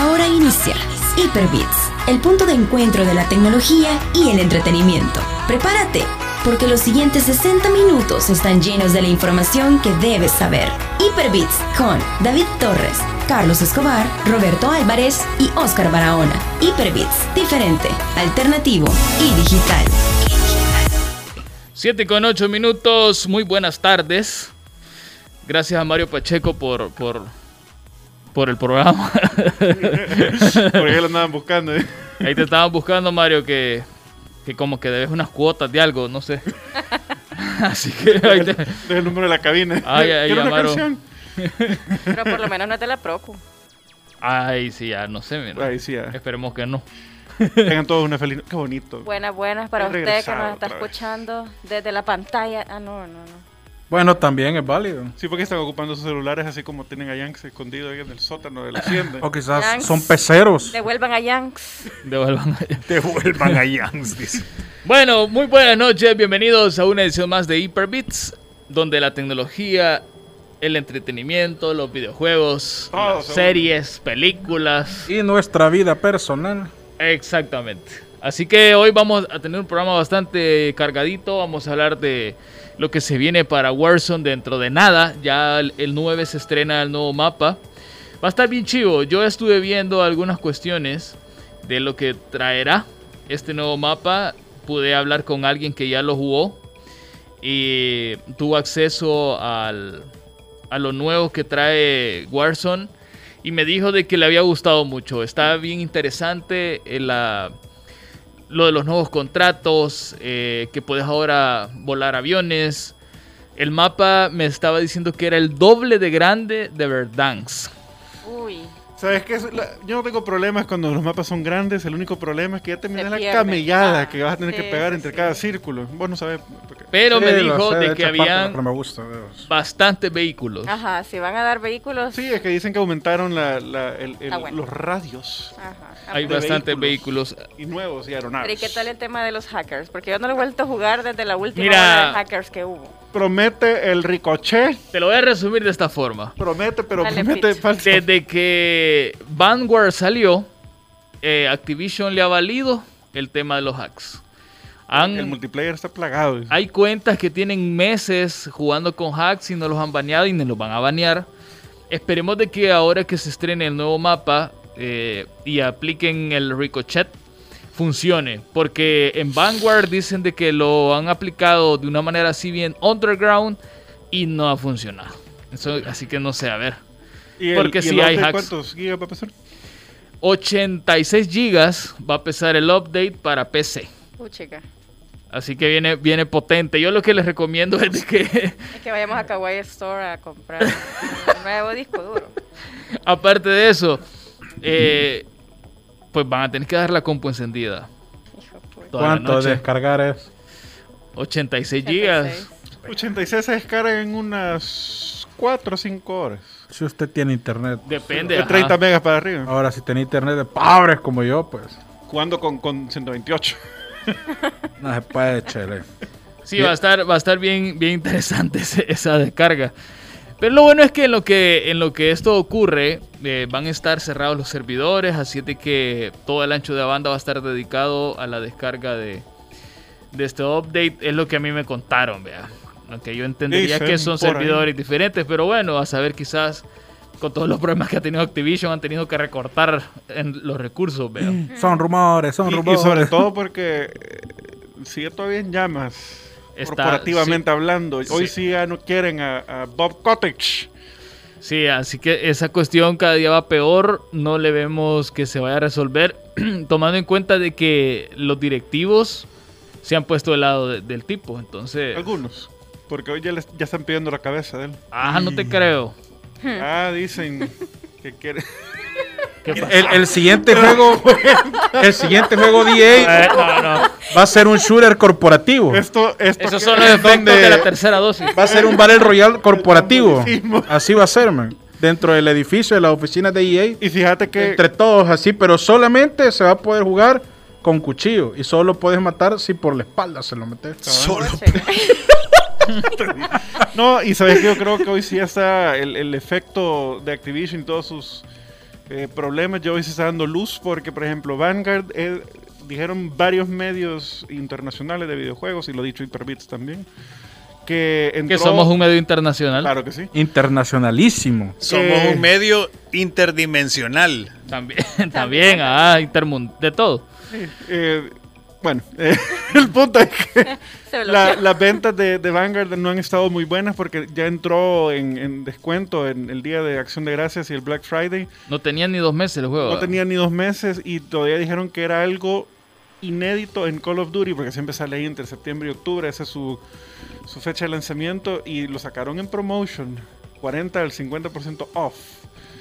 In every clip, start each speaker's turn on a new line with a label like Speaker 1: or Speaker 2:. Speaker 1: Comercial. Hyperbits, el punto de encuentro de la tecnología y el entretenimiento. Prepárate, porque los siguientes 60 minutos están llenos de la información que debes saber. Hyperbits con David Torres, Carlos Escobar, Roberto Álvarez y Oscar Barahona. Hyperbits, diferente, alternativo y digital.
Speaker 2: 7 con 8 minutos, muy buenas tardes. Gracias a Mario Pacheco por, por, por el programa.
Speaker 3: Porque lo andaban buscando. ¿eh?
Speaker 2: Ahí te estaban buscando, Mario, que, que como que debes unas cuotas de algo, no sé. Así que ahí
Speaker 3: Deja
Speaker 2: te,
Speaker 3: el, deja el número de la cabina.
Speaker 2: Ay, ay,
Speaker 3: ¿Quiere una
Speaker 2: llamaron.
Speaker 3: canción?
Speaker 4: Pero por lo menos no te la procu.
Speaker 2: Ay, sí, ya no sé, mira.
Speaker 3: Ay, sí, ya.
Speaker 2: Esperemos que no.
Speaker 3: Tengan todos una feliz Qué bonito.
Speaker 4: Buenas, buenas para
Speaker 3: He
Speaker 4: usted que
Speaker 3: regresado
Speaker 4: nos está
Speaker 3: otra vez.
Speaker 4: escuchando desde la pantalla. Ah, no, no, no.
Speaker 5: Bueno, también es válido.
Speaker 3: Sí, porque están ocupando sus celulares así como tienen a Yanks escondido ahí en el sótano de la hacienda.
Speaker 5: O quizás
Speaker 4: Yanks.
Speaker 5: son peceros.
Speaker 4: Devuelvan a Yanks.
Speaker 2: Devuelvan
Speaker 5: Te vuelvan a Yams, dice.
Speaker 2: Bueno, muy buenas noches, bienvenidos a una edición más de Hyperbits, donde la tecnología, el entretenimiento, los videojuegos,
Speaker 3: Todo,
Speaker 2: las
Speaker 3: seguro.
Speaker 2: series, películas.
Speaker 5: Y nuestra vida personal.
Speaker 2: Exactamente. Así que hoy vamos a tener un programa bastante cargadito, vamos a hablar de lo que se viene para Warzone dentro de nada, ya el- el 9 se estrena el nuevo mapa. Va a estar bien chivo, yo estuve viendo algunas cuestiones de lo que traerá este nuevo mapa. Pude hablar con alguien que ya lo jugó y tuvo acceso al, a lo nuevo que trae Warzone y me dijo de que le había gustado mucho. Está bien interesante eh, la, lo de los nuevos contratos, eh, que puedes ahora volar aviones. El mapa me estaba diciendo que era el doble de grande de Verdansk.
Speaker 4: Uy.
Speaker 3: ¿Sabes qué? Es la- Yo no tengo problemas cuando los mapas son grandes. El único problema es que ya terminé
Speaker 4: Se
Speaker 3: la
Speaker 4: pierde.
Speaker 3: camellada
Speaker 4: Ah,
Speaker 3: que vas a tener
Speaker 4: sí,
Speaker 3: que pegar
Speaker 4: sí,
Speaker 3: entre
Speaker 4: sí.
Speaker 3: cada círculo. Vos no sabés. porque-
Speaker 2: Pero me
Speaker 5: Sí, lo
Speaker 2: dijo
Speaker 5: sé,
Speaker 2: de
Speaker 5: esta
Speaker 2: que
Speaker 5: parte es la
Speaker 2: habían
Speaker 5: que me gusta. Dios.
Speaker 2: bastantes vehículos.
Speaker 4: Ajá, si van a dar vehículos.
Speaker 3: Sí, es que dicen que aumentaron la- la- el- el-
Speaker 4: Ah, bueno.
Speaker 3: los radios.
Speaker 4: Ajá. Ah,
Speaker 2: Hay
Speaker 3: de
Speaker 4: pues.
Speaker 2: bastantes
Speaker 3: vehículos.
Speaker 2: vehículos.
Speaker 3: Y nuevos y
Speaker 4: Pero ¿y
Speaker 3: aeronaves.
Speaker 4: qué tal el tema de los hackers? Porque yo no lo he vuelto a jugar desde la última
Speaker 2: Mira.
Speaker 4: ola de hackers que hubo.
Speaker 3: Promete el ricochet.
Speaker 2: Te lo voy a resumir de esta forma.
Speaker 3: Promete, pero
Speaker 4: Dale,
Speaker 3: promete
Speaker 4: Pete.
Speaker 3: falso.
Speaker 2: Desde que Vanguard salió, eh, Activision le ha valido el tema de los hacks. Han-
Speaker 3: El multiplayer está plagado.
Speaker 2: hay cuentas que tienen meses jugando con hacks y no los han baneado y ni los van a banear. Esperemos de que ahora que se estrene el nuevo mapa eh, y apliquen el ricochet funcione. Porque en Vanguard dicen de que lo han aplicado de una manera así bien underground y no ha funcionado. Eso- así que no sé, a ver.
Speaker 3: ¿Y
Speaker 2: porque
Speaker 3: y
Speaker 2: sí hay
Speaker 3: update
Speaker 2: hacks.
Speaker 3: ¿Cuántos gigas va a pasar?
Speaker 2: 86 gigas va a pesar el update para PC.
Speaker 4: Uy, chica.
Speaker 2: Así que viene, viene potente. Yo lo que les recomiendo es de que,
Speaker 4: Es que vayamos a Kawaii Store a comprar un nuevo disco duro.
Speaker 2: aparte de eso, eh, pues van a tener que dar la compu encendida.
Speaker 4: Hijo de puta.
Speaker 2: Toda la
Speaker 5: ¿Cuánto
Speaker 2: noche.
Speaker 5: descargar es?
Speaker 2: 86 gigas.
Speaker 3: 86 se descarga en unas 4 o 5 horas.
Speaker 5: Si usted tiene internet.
Speaker 2: Depende.
Speaker 3: De
Speaker 2: ajá.
Speaker 3: 30 megas para arriba.
Speaker 5: Ahora, si tiene internet de pobres como yo, pues.
Speaker 3: Jugando con, con 128.
Speaker 5: No se puede, chele.
Speaker 2: Sí, va a estar, va a estar bien, bien interesante ese- esa descarga. Pero lo bueno es que en lo que, en lo que esto ocurre, eh, van a estar cerrados los servidores, así es de que todo el ancho de banda va a estar dedicado a la descarga de, de este update. Es lo que a mí me contaron, vea. Aunque yo entendería
Speaker 3: Dicen
Speaker 2: que son
Speaker 3: por ahí.
Speaker 2: servidores diferentes, pero bueno, a saber quizás con todos los problemas que ha tenido Activision han tenido que recortar en los recursos, vea.
Speaker 5: Son rumores, son
Speaker 3: Y, y
Speaker 5: rumores.
Speaker 3: sobre todo porque eh, sigue todavía en llamas.
Speaker 2: Está-
Speaker 3: corporativamente hablando. Hoy sí.
Speaker 2: Sí.
Speaker 3: ya no quieren a, a Bob Cottage.
Speaker 2: Sí, así que esa cuestión cada día va peor, no le vemos que se vaya a resolver, tomando en cuenta de que los directivos se han puesto del lado de- del tipo, entonces...
Speaker 3: Algunos. Porque hoy ya, les- ya están pidiendo la cabeza de él.
Speaker 2: Ah, no te creo.
Speaker 3: Ah, dicen que quieren.
Speaker 2: ¿Qué pasa?
Speaker 5: El, el siguiente juego, el siguiente juego DA
Speaker 2: Eh, no, no.
Speaker 5: va a ser un shooter corporativo.
Speaker 3: Esto, esto
Speaker 2: Esos
Speaker 3: que-
Speaker 2: son los efectos
Speaker 5: ¿Dónde?
Speaker 2: de la tercera dosis.
Speaker 5: Va a ser un Battle Royale corporativo.
Speaker 3: Vandalismo.
Speaker 5: Así va a ser, man. Dentro del edificio de las oficinas de E EA.
Speaker 3: Y fíjate que.
Speaker 5: Entre todos, así, pero solamente se va a poder jugar con cuchillo. Y solo puedes matar si por la espalda se lo metes.
Speaker 4: Uy, chica.
Speaker 3: No, y sabes que yo creo que hoy sí ya está el, el efecto de Activision y todos sus eh, problemas. Yo hoy se está dando luz porque, por ejemplo, Vanguard, eh, dijeron varios medios internacionales de videojuegos, y lo ha dicho Hyperbits también, que entró...
Speaker 2: Que somos un medio internacional
Speaker 3: Claro que sí.
Speaker 5: Internacionalísimo.
Speaker 6: Somos
Speaker 3: Eh.
Speaker 6: un medio interdimensional.
Speaker 2: también, también ah, intermun- de todo.
Speaker 3: Eh, bueno, eh, el punto es que
Speaker 4: Se
Speaker 3: la-
Speaker 4: bloqueó.
Speaker 3: las ventas de, de Vanguard no han estado muy buenas porque ya entró en, en descuento en el día de Acción de Gracias y el Black Friday.
Speaker 2: No tenía ni dos meses el juego.
Speaker 3: No tenía ni dos meses y todavía dijeron que era algo inédito en Call of Duty porque siempre sale ahí entre septiembre y octubre, esa es su, su fecha de lanzamiento y lo sacaron en promotion, 40 al 50% off.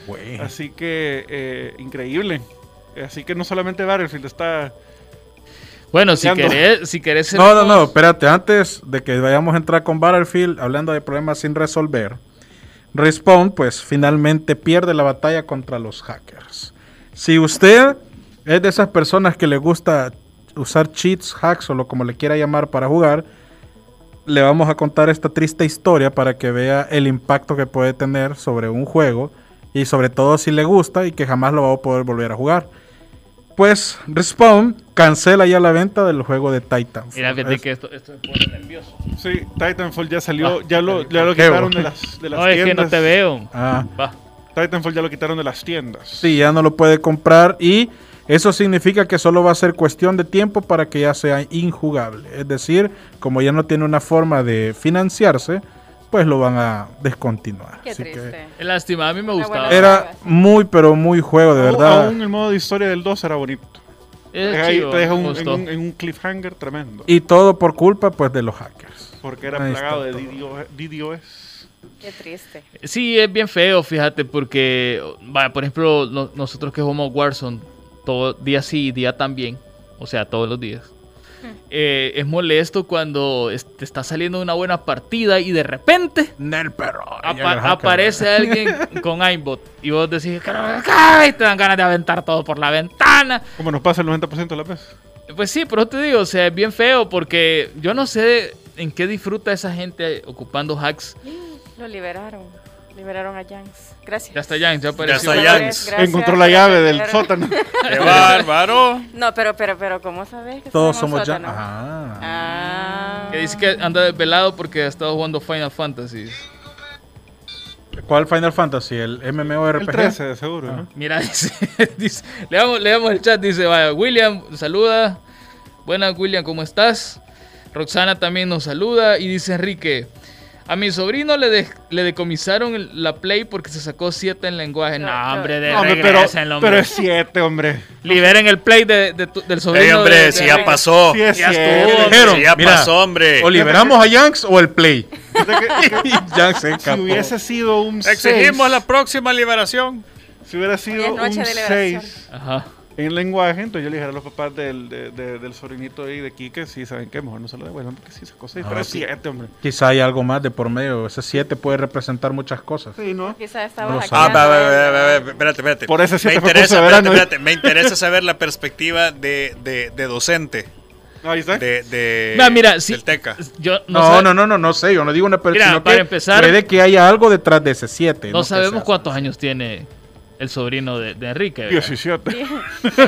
Speaker 5: Güey.
Speaker 3: Así que eh, increíble. Así que no solamente Battlefield está...
Speaker 2: Bueno, si
Speaker 3: Ando.
Speaker 2: querés, si querés ser-
Speaker 5: No, no, no, espérate, antes de que vayamos a entrar con Battlefield, hablando de problemas sin resolver, Respawn pues finalmente pierde la batalla contra los hackers. Si usted es de esas personas que le gusta usar cheats, hacks o lo como le quiera llamar para jugar, le vamos a contar esta triste historia para que vea el impacto que puede tener sobre un juego y sobre todo si le gusta y que jamás lo va a poder volver a jugar. Pues Respawn cancela ya la venta del juego de Titanfall.
Speaker 2: Mira, fíjate
Speaker 5: Es-
Speaker 2: que esto, esto me pone nervioso.
Speaker 3: Sí, Titanfall ya salió, ya lo, ya lo
Speaker 5: Ah, qué
Speaker 3: quitaron
Speaker 5: bueno.
Speaker 3: de las, de las
Speaker 2: No, es que
Speaker 3: tiendas.
Speaker 2: no te veo.
Speaker 5: Ah,
Speaker 2: Va.
Speaker 3: Titanfall ya lo quitaron de las tiendas.
Speaker 5: sí, ya no lo puede comprar y eso significa que solo va a ser cuestión de tiempo para que ya sea injugable. Es decir, como ya no tiene una forma de financiarse, pues lo van a descontinuar.
Speaker 4: Qué
Speaker 5: Así que
Speaker 4: triste.
Speaker 2: Lástima, a mí me
Speaker 4: Una
Speaker 2: gustaba.
Speaker 4: buena-
Speaker 5: era muy, pero muy juego, de
Speaker 3: Aún-
Speaker 5: verdad.
Speaker 3: Aún el modo de historia del 2 era bonito.
Speaker 2: Es
Speaker 3: Ahí
Speaker 2: chivo,
Speaker 3: te deja
Speaker 2: me
Speaker 3: un- en,
Speaker 2: gustó.
Speaker 3: un, en un cliffhanger tremendo.
Speaker 5: Y todo por culpa, pues, de los hackers.
Speaker 3: Porque era
Speaker 5: Ahí está
Speaker 3: plagado de
Speaker 5: todo.
Speaker 3: DDo- DDoS.
Speaker 4: Qué triste.
Speaker 2: Sí, es bien feo, fíjate, porque, vaya, por ejemplo, no- nosotros que jugamos Warzone, todo día sí, día también, o sea, todos los días. eh, es molesto cuando es- te está saliendo una buena partida y de repente
Speaker 5: Nel perro.
Speaker 2: apa- aparece alguien con aimbot y vos decís, "Ay", te dan ganas de aventar todo por la ventana.
Speaker 3: Como nos pasa el 90% de las veces.
Speaker 2: Pues sí, pero te digo, o sea, es bien feo porque yo no sé en qué disfruta esa gente ocupando hacks.
Speaker 4: Lo liberaron. Liberaron a Jans. Gracias.
Speaker 2: Ya está Jan, ya apareció.
Speaker 6: está Jan. Jans.
Speaker 4: Gracias
Speaker 3: Encontró la
Speaker 4: por
Speaker 3: llave del
Speaker 4: atender.
Speaker 3: sótano.
Speaker 6: ¡Qué bárbaro!
Speaker 4: No, pero, pero, pero, ¿cómo sabes que
Speaker 5: Todos
Speaker 4: estamos
Speaker 5: somos ya.
Speaker 4: sótano?
Speaker 5: Ajá.
Speaker 4: Ah.
Speaker 2: Que dice que anda desvelado porque ha estado jugando Final Fantasy.
Speaker 5: ¿Cuál Final Fantasy? ¿El MMORPG?
Speaker 3: El 13, de seguro.
Speaker 5: Ah.
Speaker 3: ¿no?
Speaker 2: Mira, dice, dice- le, damos, le damos el chat, dice, vaya, William, saluda. Buenas, William, ¿cómo estás? Roxana también nos saluda y dice Enrique, a mi sobrino le, de- le decomisaron el- la Play porque se sacó 7 en lenguaje. No,
Speaker 4: No, no.
Speaker 2: hombre, de
Speaker 3: No, hombre, pero,
Speaker 2: regrésenlo, hombre.
Speaker 3: pero es 7, hombre.
Speaker 2: Liberen el Play de, de tu- del sobrino.
Speaker 6: Ey,
Speaker 2: de-
Speaker 6: hombre,
Speaker 2: de-
Speaker 6: si ya pasó.
Speaker 3: Sí, es
Speaker 2: Ya
Speaker 3: 7.
Speaker 2: estuvo.
Speaker 5: Dijeron,
Speaker 6: Si ya
Speaker 5: mira,
Speaker 6: pasó,
Speaker 2: Eh.
Speaker 6: hombre.
Speaker 5: ¿O liberamos a Yanks o el Play? Yanks se
Speaker 3: eh, Si
Speaker 5: escapó.
Speaker 3: hubiese sido un 6.
Speaker 6: Exigimos la próxima liberación.
Speaker 3: Si hubiera sido
Speaker 4: Hoy es
Speaker 3: un
Speaker 4: noche de liberación.
Speaker 3: 6
Speaker 2: Ajá.
Speaker 3: en lenguaje, entonces yo le dijera a los papás del, de- de- del sobrinito ahí de Quique, sí, ¿saben qué? Mejor no se lo devuelvan porque sí sacó 6.
Speaker 5: Ah,
Speaker 3: Pero es
Speaker 5: sí.
Speaker 3: 7, hombre.
Speaker 5: Quizá hay algo más de por medio. Ese 7 puede representar muchas cosas.
Speaker 3: Sí, ¿no?
Speaker 4: Quizás estaba
Speaker 5: No lo
Speaker 6: Ah,
Speaker 5: Ah,
Speaker 6: va, va, va, va, va, espérate, espérate.
Speaker 3: Por eso sí
Speaker 6: me
Speaker 3: te fue
Speaker 6: interesa,
Speaker 3: curso de verano,
Speaker 6: espérate,
Speaker 3: ¿eh?
Speaker 6: espérate, me interesa saber la perspectiva de, de, de docente
Speaker 3: Ahí está.
Speaker 6: de, de
Speaker 2: Mira, mira, sí.
Speaker 6: del Teca.
Speaker 2: Yo
Speaker 5: No,
Speaker 2: no, sé-
Speaker 5: no, no, no, no sé. Yo no digo una persona.
Speaker 2: Mira,
Speaker 5: sino
Speaker 2: para
Speaker 5: que
Speaker 2: empezar-
Speaker 5: Puede que haya algo detrás de ese 7.
Speaker 2: no sabemos cuántos años tiene el sobrino de, de Enrique. ¿verdad?
Speaker 3: 17.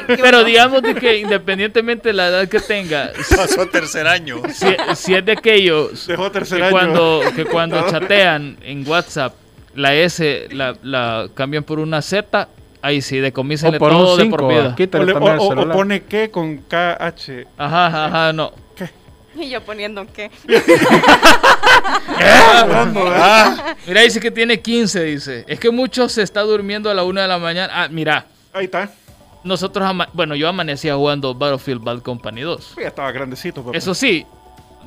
Speaker 2: Pero digamos de que independientemente de la edad que tenga,
Speaker 6: Pasó tercer año.
Speaker 2: si, si es de aquellos
Speaker 3: Dejó tercer
Speaker 2: que
Speaker 3: año.
Speaker 2: cuando, que cuando chatean en WhatsApp, la S la, la cambian por una Z, ahí sí,
Speaker 5: O
Speaker 2: decomísenle
Speaker 5: por
Speaker 2: todo
Speaker 5: un
Speaker 2: de por
Speaker 5: 5.
Speaker 2: vida.
Speaker 3: O,
Speaker 5: Quítale
Speaker 3: le- o-
Speaker 5: también el
Speaker 3: o- o
Speaker 5: celular.
Speaker 3: pone que con
Speaker 6: ¿Eh?
Speaker 3: KH.
Speaker 2: Ajá, ajá, ajá, no.
Speaker 4: Y yo poniendo qué.
Speaker 6: Ah,
Speaker 2: Mira, dice que tiene 15, dice. Es que muchos se está durmiendo a la 1 de la mañana. Ah, mira,
Speaker 3: Ahí está.
Speaker 2: nosotros, ama- bueno, yo amanecía jugando Battlefield Bad Company 2.
Speaker 3: Pues Ya estaba grandecito, papá.
Speaker 2: Eso sí,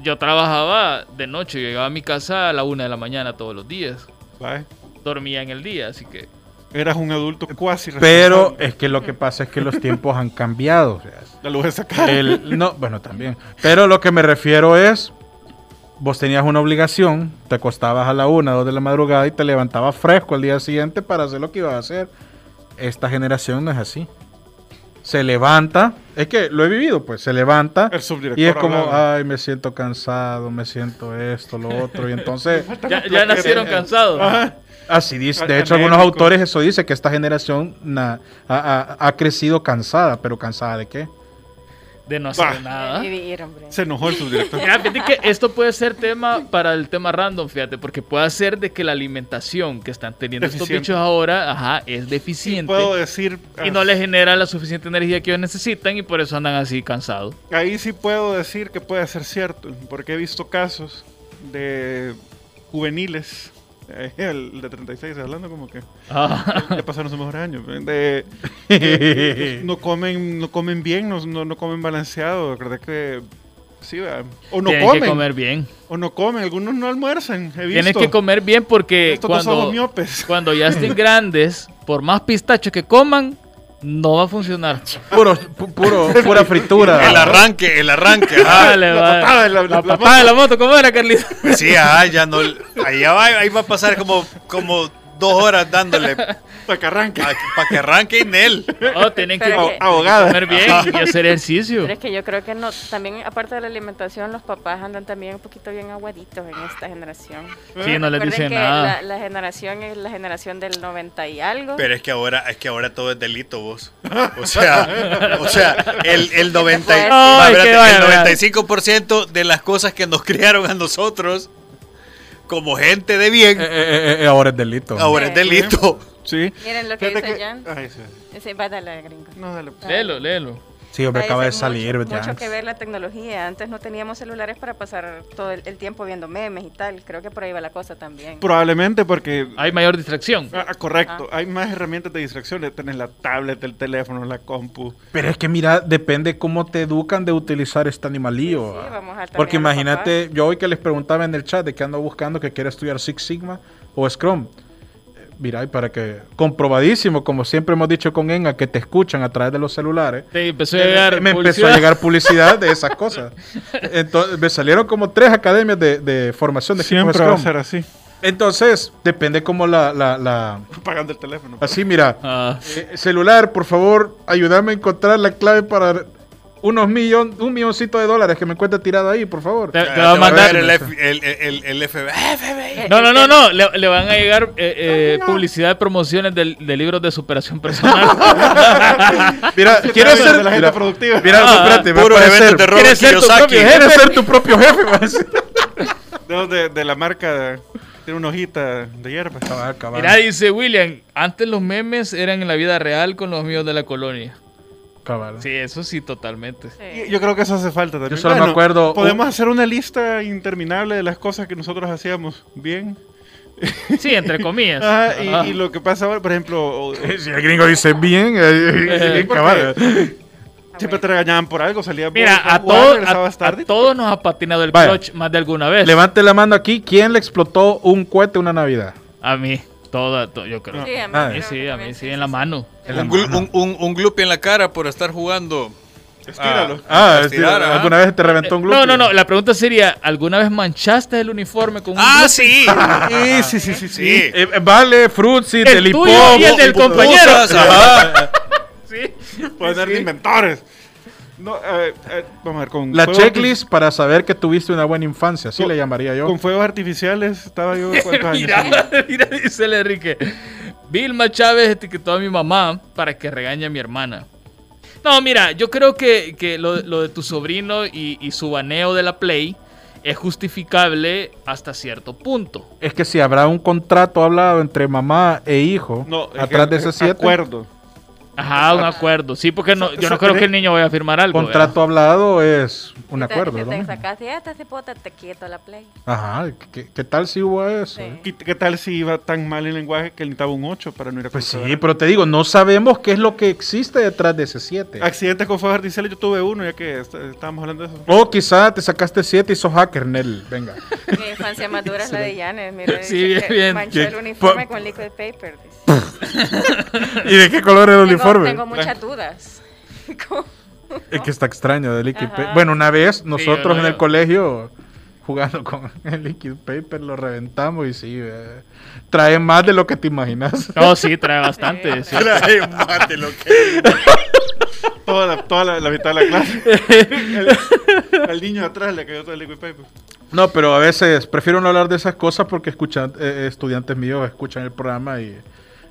Speaker 2: yo trabajaba de noche, yo llegaba a mi casa a la 1 de la mañana todos los días.
Speaker 3: Bye.
Speaker 2: Dormía en el día, así que...
Speaker 3: Eras un adulto cuasi
Speaker 5: Pero
Speaker 3: responsable.
Speaker 5: es que lo que pasa es que los tiempos han cambiado. o sea,
Speaker 3: La luz es sacada.
Speaker 5: el- no, bueno, también. Pero lo que me refiero es. Vos tenías una obligación, te acostabas a la una, dos de la madrugada y te levantabas fresco al día siguiente para hacer lo que ibas a hacer. Esta generación no es así. Se levanta, es que lo he vivido, pues, se levanta
Speaker 3: El subdirector.
Speaker 5: y es como,
Speaker 3: hablaba.
Speaker 5: ay, me siento cansado, me siento esto, lo otro, y entonces
Speaker 3: Ah.
Speaker 2: Ya, ya nacieron cansados.
Speaker 3: Ajá.
Speaker 5: Así dice. De hecho,
Speaker 3: Académico.
Speaker 5: algunos autores eso dice que esta generación na- ha, ha- ha crecido cansada, pero cansada de qué?
Speaker 2: de no hacer
Speaker 3: Bah.
Speaker 2: nada.
Speaker 4: Vivir, hombre.
Speaker 3: Se enojó el subdirector.
Speaker 2: Mira, fíjate que esto puede ser tema para el tema random, fíjate, porque puede ser de que la alimentación que están teniendo
Speaker 3: Deficiente.
Speaker 2: estos bichos ahora, ajá, es deficiente.
Speaker 3: Puedo decir. ah,
Speaker 2: y no les genera la suficiente energía que ellos necesitan y por eso andan así cansados.
Speaker 3: Ahí sí puedo decir que puede ser cierto, porque he visto casos de juveniles. eh, El de 36, hablando como que
Speaker 2: Ah,
Speaker 3: ya pasaron su mejor año. de- de- no comen, no comen bien, no, no, no comen balanceado, ¿verdad que sí? va? O no
Speaker 2: tienen que
Speaker 3: comen,
Speaker 2: comer bien.
Speaker 3: o no comen, algunos no almuerzan. He visto.
Speaker 2: Tienes que comer bien porque
Speaker 3: Estos dos ojos
Speaker 2: cuando,
Speaker 3: miopes.
Speaker 2: cuando ya estén grandes, por más pistachos que coman, no va a funcionar.
Speaker 5: Puro, pu- puro, pura
Speaker 3: Ah.
Speaker 6: El
Speaker 5: fritura.
Speaker 6: arranque, el arranque,
Speaker 2: Ah,
Speaker 6: ajá.
Speaker 2: le
Speaker 3: la
Speaker 2: va-
Speaker 3: patada de la-
Speaker 2: la
Speaker 3: la
Speaker 2: patada
Speaker 3: moto.
Speaker 2: de la moto, ¿cómo era, Carlita?
Speaker 6: Sí, ajá, ya no. Ahí, ya va, ahí va a pasar como, como dos horas dándole para
Speaker 3: Para que arranque.
Speaker 6: que arranque Inel.
Speaker 2: No, Oh, tienen que
Speaker 4: Pero es Ah, que-
Speaker 3: Abogada.
Speaker 2: comer bien y hacer ejercicio.
Speaker 4: Pero es que yo creo que no, también aparte de la alimentación, los papás andan también un poquito bien aguaditos en esta generación.
Speaker 2: Sí, no les
Speaker 4: Recuerden
Speaker 2: dice
Speaker 4: que
Speaker 2: nada.
Speaker 4: La, la generación es la generación del 90 y algo.
Speaker 6: Pero es que ahora, es que ahora todo es delito, vos. O sea, o sea, el, el 90 y-
Speaker 4: Ay,
Speaker 6: va, espérate,
Speaker 2: qué vaya,
Speaker 6: el
Speaker 2: vaya.
Speaker 6: 95% de las cosas que nos criaron a nosotros como gente de
Speaker 5: Eh,
Speaker 6: bien,
Speaker 5: eh, eh, eh, ahora es delito.
Speaker 6: ahora es delito.
Speaker 3: Sí.
Speaker 4: Miren lo que
Speaker 3: Fíjate
Speaker 4: dice
Speaker 3: que-
Speaker 4: Jan.
Speaker 3: Ay, sí.
Speaker 4: Ese, va, dale, gringo.
Speaker 3: No, dale. pues.
Speaker 2: Léelo, léelo.
Speaker 5: Sí, hombre,
Speaker 4: Parece
Speaker 5: acaba de
Speaker 4: mucho-
Speaker 5: salir,
Speaker 4: mucho,
Speaker 5: ¿verdad?
Speaker 4: que ver la tecnología. Antes no teníamos celulares para pasar todo el, el tiempo viendo memes y tal. Creo que por ahí va la cosa también.
Speaker 3: Probablemente porque
Speaker 2: Hay mayor distracción.
Speaker 3: Ah, ah, correcto. Hay más herramientas de distracción. Tienes la tablet, el teléfono, la compu.
Speaker 5: Pero es que mira, depende cómo te educan de utilizar este animalío.
Speaker 4: Sí, sí,
Speaker 5: ah.
Speaker 4: vamos a también
Speaker 5: Porque
Speaker 4: a los
Speaker 5: imagínate, yo hoy que les preguntaba en el chat de que ando buscando, que quiere estudiar Six Sigma o Scrum. Eh, Mira, y para que comprobadísimo, como siempre hemos dicho con Enga, que te escuchan a través de los celulares.
Speaker 2: Te empezó a
Speaker 5: Me,
Speaker 2: llegar.
Speaker 5: Eh, me empezó
Speaker 2: publicidad.
Speaker 5: a llegar publicidad de esas cosas. Entonces, me salieron como tres academias de, de formación de equipos
Speaker 3: Siempre va a
Speaker 5: Scrum.
Speaker 3: ser así.
Speaker 5: Entonces, depende como la, la, la...
Speaker 3: Pagando el teléfono.
Speaker 5: Así, mira,
Speaker 2: Ah,
Speaker 5: eh, celular, por favor, ayúdame a encontrar la clave para unos millón, un milloncito de dólares que me encuentre tirado ahí, por favor.
Speaker 2: te, te
Speaker 6: Ah,
Speaker 2: va a mandar.
Speaker 6: el, F- el, el- el FBI.
Speaker 4: papás.
Speaker 2: No, no, no, no. Le, le van a llegar eh, eh, publicidad de promociones del- de, libros de superación personal.
Speaker 5: Mira, quieres
Speaker 3: de
Speaker 5: ser.
Speaker 3: la gente
Speaker 5: mira,
Speaker 3: productiva.
Speaker 5: Mira,
Speaker 2: Ah,
Speaker 5: espérate, va a
Speaker 6: Puro evento
Speaker 5: aparecer.
Speaker 6: de Robert
Speaker 2: ¿Quieres ser tu
Speaker 6: Kiyosaki.
Speaker 2: propio
Speaker 5: Quieres ser tu propio jefe, va a decir.
Speaker 3: De, de- de la marca. Tiene una hojita de hierba.
Speaker 5: Cabal, cabal.
Speaker 2: Mira, dice William. Antes los memes eran en la vida real con los míos de la colonia.
Speaker 5: Cabal.
Speaker 2: Sí, eso sí, totalmente.
Speaker 3: Y- Yo creo que eso hace falta también.
Speaker 5: Yo solo me acuerdo-
Speaker 3: Podemos hacer una lista interminable de las cosas que nosotros hacíamos bien.
Speaker 2: Sí, entre comillas.
Speaker 3: Ajá, y-
Speaker 5: Ah.
Speaker 2: Ajá.
Speaker 3: y, lo que pasa ahora, por ejemplo, o-
Speaker 5: Si el gringo dice bien, eh, eh, bien, cabal.
Speaker 3: siempre te regañaban por algo, salías
Speaker 2: Mira, a,
Speaker 3: jugar,
Speaker 2: todos-
Speaker 3: regresabas
Speaker 2: a, a
Speaker 3: tarde.
Speaker 2: todos nos ha patinado el
Speaker 5: Vaya.
Speaker 2: clutch más de alguna vez.
Speaker 5: Levante la mano aquí. ¿Quién le explotó un cohete una Navidad?
Speaker 2: A mí, toda, to- yo creo.
Speaker 4: Sí, a mí,
Speaker 5: Ah,
Speaker 2: Sí,
Speaker 4: creo
Speaker 2: sí,
Speaker 4: que
Speaker 2: a mí
Speaker 4: también,
Speaker 2: sí, en la mano.
Speaker 6: Un, glu- un, un, un gloopy en la cara por estar jugando.
Speaker 3: Estíralo.
Speaker 5: Ah,
Speaker 6: a estirar,
Speaker 5: sí,
Speaker 6: ajá.
Speaker 5: alguna vez te reventó un
Speaker 2: No,
Speaker 5: glúteo.
Speaker 2: no, no. La pregunta sería: ¿alguna vez manchaste el uniforme con un
Speaker 6: Ah,
Speaker 2: glúteo?
Speaker 6: sí.
Speaker 3: Sí, sí, sí, sí, sí.
Speaker 6: Sí.
Speaker 5: Eh, eh, vale, Fruitsy,
Speaker 2: El
Speaker 5: del
Speaker 2: tuyo
Speaker 5: Hipó,
Speaker 2: y el del
Speaker 5: puto-
Speaker 2: compañero.
Speaker 6: Putas, ajá.
Speaker 3: Poder de inventores. No, a ver, a ver, vamos a ver con
Speaker 5: La
Speaker 3: juegos
Speaker 5: checklist para saber que tuviste una buena infancia, así
Speaker 3: Con-
Speaker 5: le llamaría yo.
Speaker 3: Con fuegos artificiales estaba yo cuántos años.
Speaker 2: Mira, mira, dice el Enrique. Vilma Chávez etiquetó a mi mamá para que regañe a mi hermana. No, mira, yo creo que, que lo, lo de tu sobrino y, y su baneo de la Play es justificable hasta cierto punto.
Speaker 5: Es que si habrá un contrato hablado entre mamá e hijo
Speaker 3: No, es
Speaker 5: atrás
Speaker 3: que-
Speaker 5: de ese 7,
Speaker 3: Acuerdo.
Speaker 2: Ajá, un acuerdo. Sí, porque no, yo no
Speaker 3: Eso-
Speaker 2: creo que el niño vaya a firmar algo. ¿verdad?
Speaker 5: contrato hablado es un
Speaker 4: Te-
Speaker 5: acuerdo.
Speaker 4: que
Speaker 5: ¿no?
Speaker 4: Te sacaste, "Ah, esta cipota, te quieto la play.
Speaker 5: Ajá, ¿qué, qué tal si hubo eso?
Speaker 4: Sí.
Speaker 5: eh?
Speaker 3: ¿Qué, qué tal si iba tan mal el lenguaje que necesitaba un 8 para no ir a
Speaker 5: Pues sí,
Speaker 3: cruzar?
Speaker 5: pero te digo, no sabemos qué es lo que existe detrás de ese 7.
Speaker 3: Accidentes con fuegos artificiales, yo tuve uno, ya que est- estábamos hablando de eso.
Speaker 5: O quizá te sacaste 7 y sos hacker, Nel. Venga.
Speaker 4: Mi infancia más dura es la de Janes. Mira,
Speaker 2: Sí,
Speaker 4: dice que
Speaker 2: bien, bien.
Speaker 4: Manchó
Speaker 5: Bien.
Speaker 4: el uniforme
Speaker 5: Pa-
Speaker 4: con liquid paper. dice.
Speaker 5: ¿Y de qué color era el
Speaker 4: Tengo-
Speaker 5: uniforme?
Speaker 4: Tengo muchas dudas. ¿Cómo?
Speaker 5: Es que está extraño de Liquid
Speaker 4: Ajá.
Speaker 5: Paper. Bueno, una vez
Speaker 2: yo
Speaker 5: nosotros
Speaker 2: no,
Speaker 5: en el
Speaker 2: yo-
Speaker 5: colegio jugando con el Liquid Paper lo reventamos y sí, eh, trae más de lo que te imaginas.
Speaker 2: No, sí, trae bastante. sí.
Speaker 6: Trae mate lo que.
Speaker 3: Toda la, toda la, la mitad de la clase. El- Al niño de atrás le cayó todo el liquid paper.
Speaker 5: No, pero a veces prefiero no hablar de esas cosas porque escuchan, eh, estudiantes míos escuchan el programa y,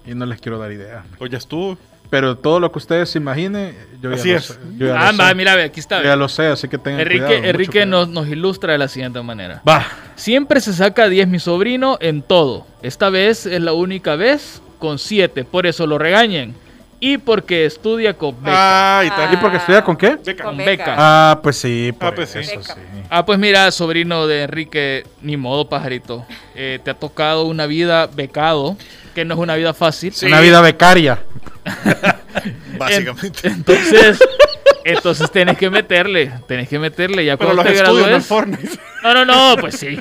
Speaker 5: y no les quiero dar ideas.
Speaker 3: O Pues ya estuvo.
Speaker 5: Pero todo lo que ustedes se imaginen, yo ya
Speaker 3: Así
Speaker 5: lo
Speaker 3: es.
Speaker 5: sé. Yo ya lo
Speaker 2: Ah, va,
Speaker 5: sé.
Speaker 2: mira, ve, aquí está.
Speaker 5: Yo
Speaker 2: ve.
Speaker 5: ya lo sé, así que tengan cuidado,
Speaker 2: Enrique,
Speaker 5: mucho
Speaker 2: Enrique
Speaker 5: cuidado.
Speaker 2: nos, nos ilustra de la siguiente manera.
Speaker 5: Va,
Speaker 2: Siempre se saca 10 mi sobrino en todo. Esta vez es la única vez con 7, por eso lo regañen. Y porque estudia con beca.
Speaker 3: Ah, y
Speaker 5: ¿y
Speaker 3: tal.
Speaker 5: porque estudia con qué?
Speaker 3: Beca.
Speaker 4: Con
Speaker 2: beca.
Speaker 4: beca.
Speaker 5: Ah, pues sí, por
Speaker 3: Ah, pues sí.
Speaker 5: eso sí.
Speaker 2: Ah, pues mira, sobrino de Enrique, ni modo, pajarito. Eh, te ha tocado una vida becado, que no es una vida fácil.
Speaker 6: Sí.
Speaker 5: Una vida becaria.
Speaker 6: Básicamente.
Speaker 2: Entonces, entonces tenés que meterle, tenés que meterle. Ya
Speaker 3: Pero
Speaker 2: cuando
Speaker 3: los
Speaker 2: te
Speaker 3: estudios, no el
Speaker 2: gradúes.
Speaker 3: Fortnite.
Speaker 2: No, no, no, pues sí.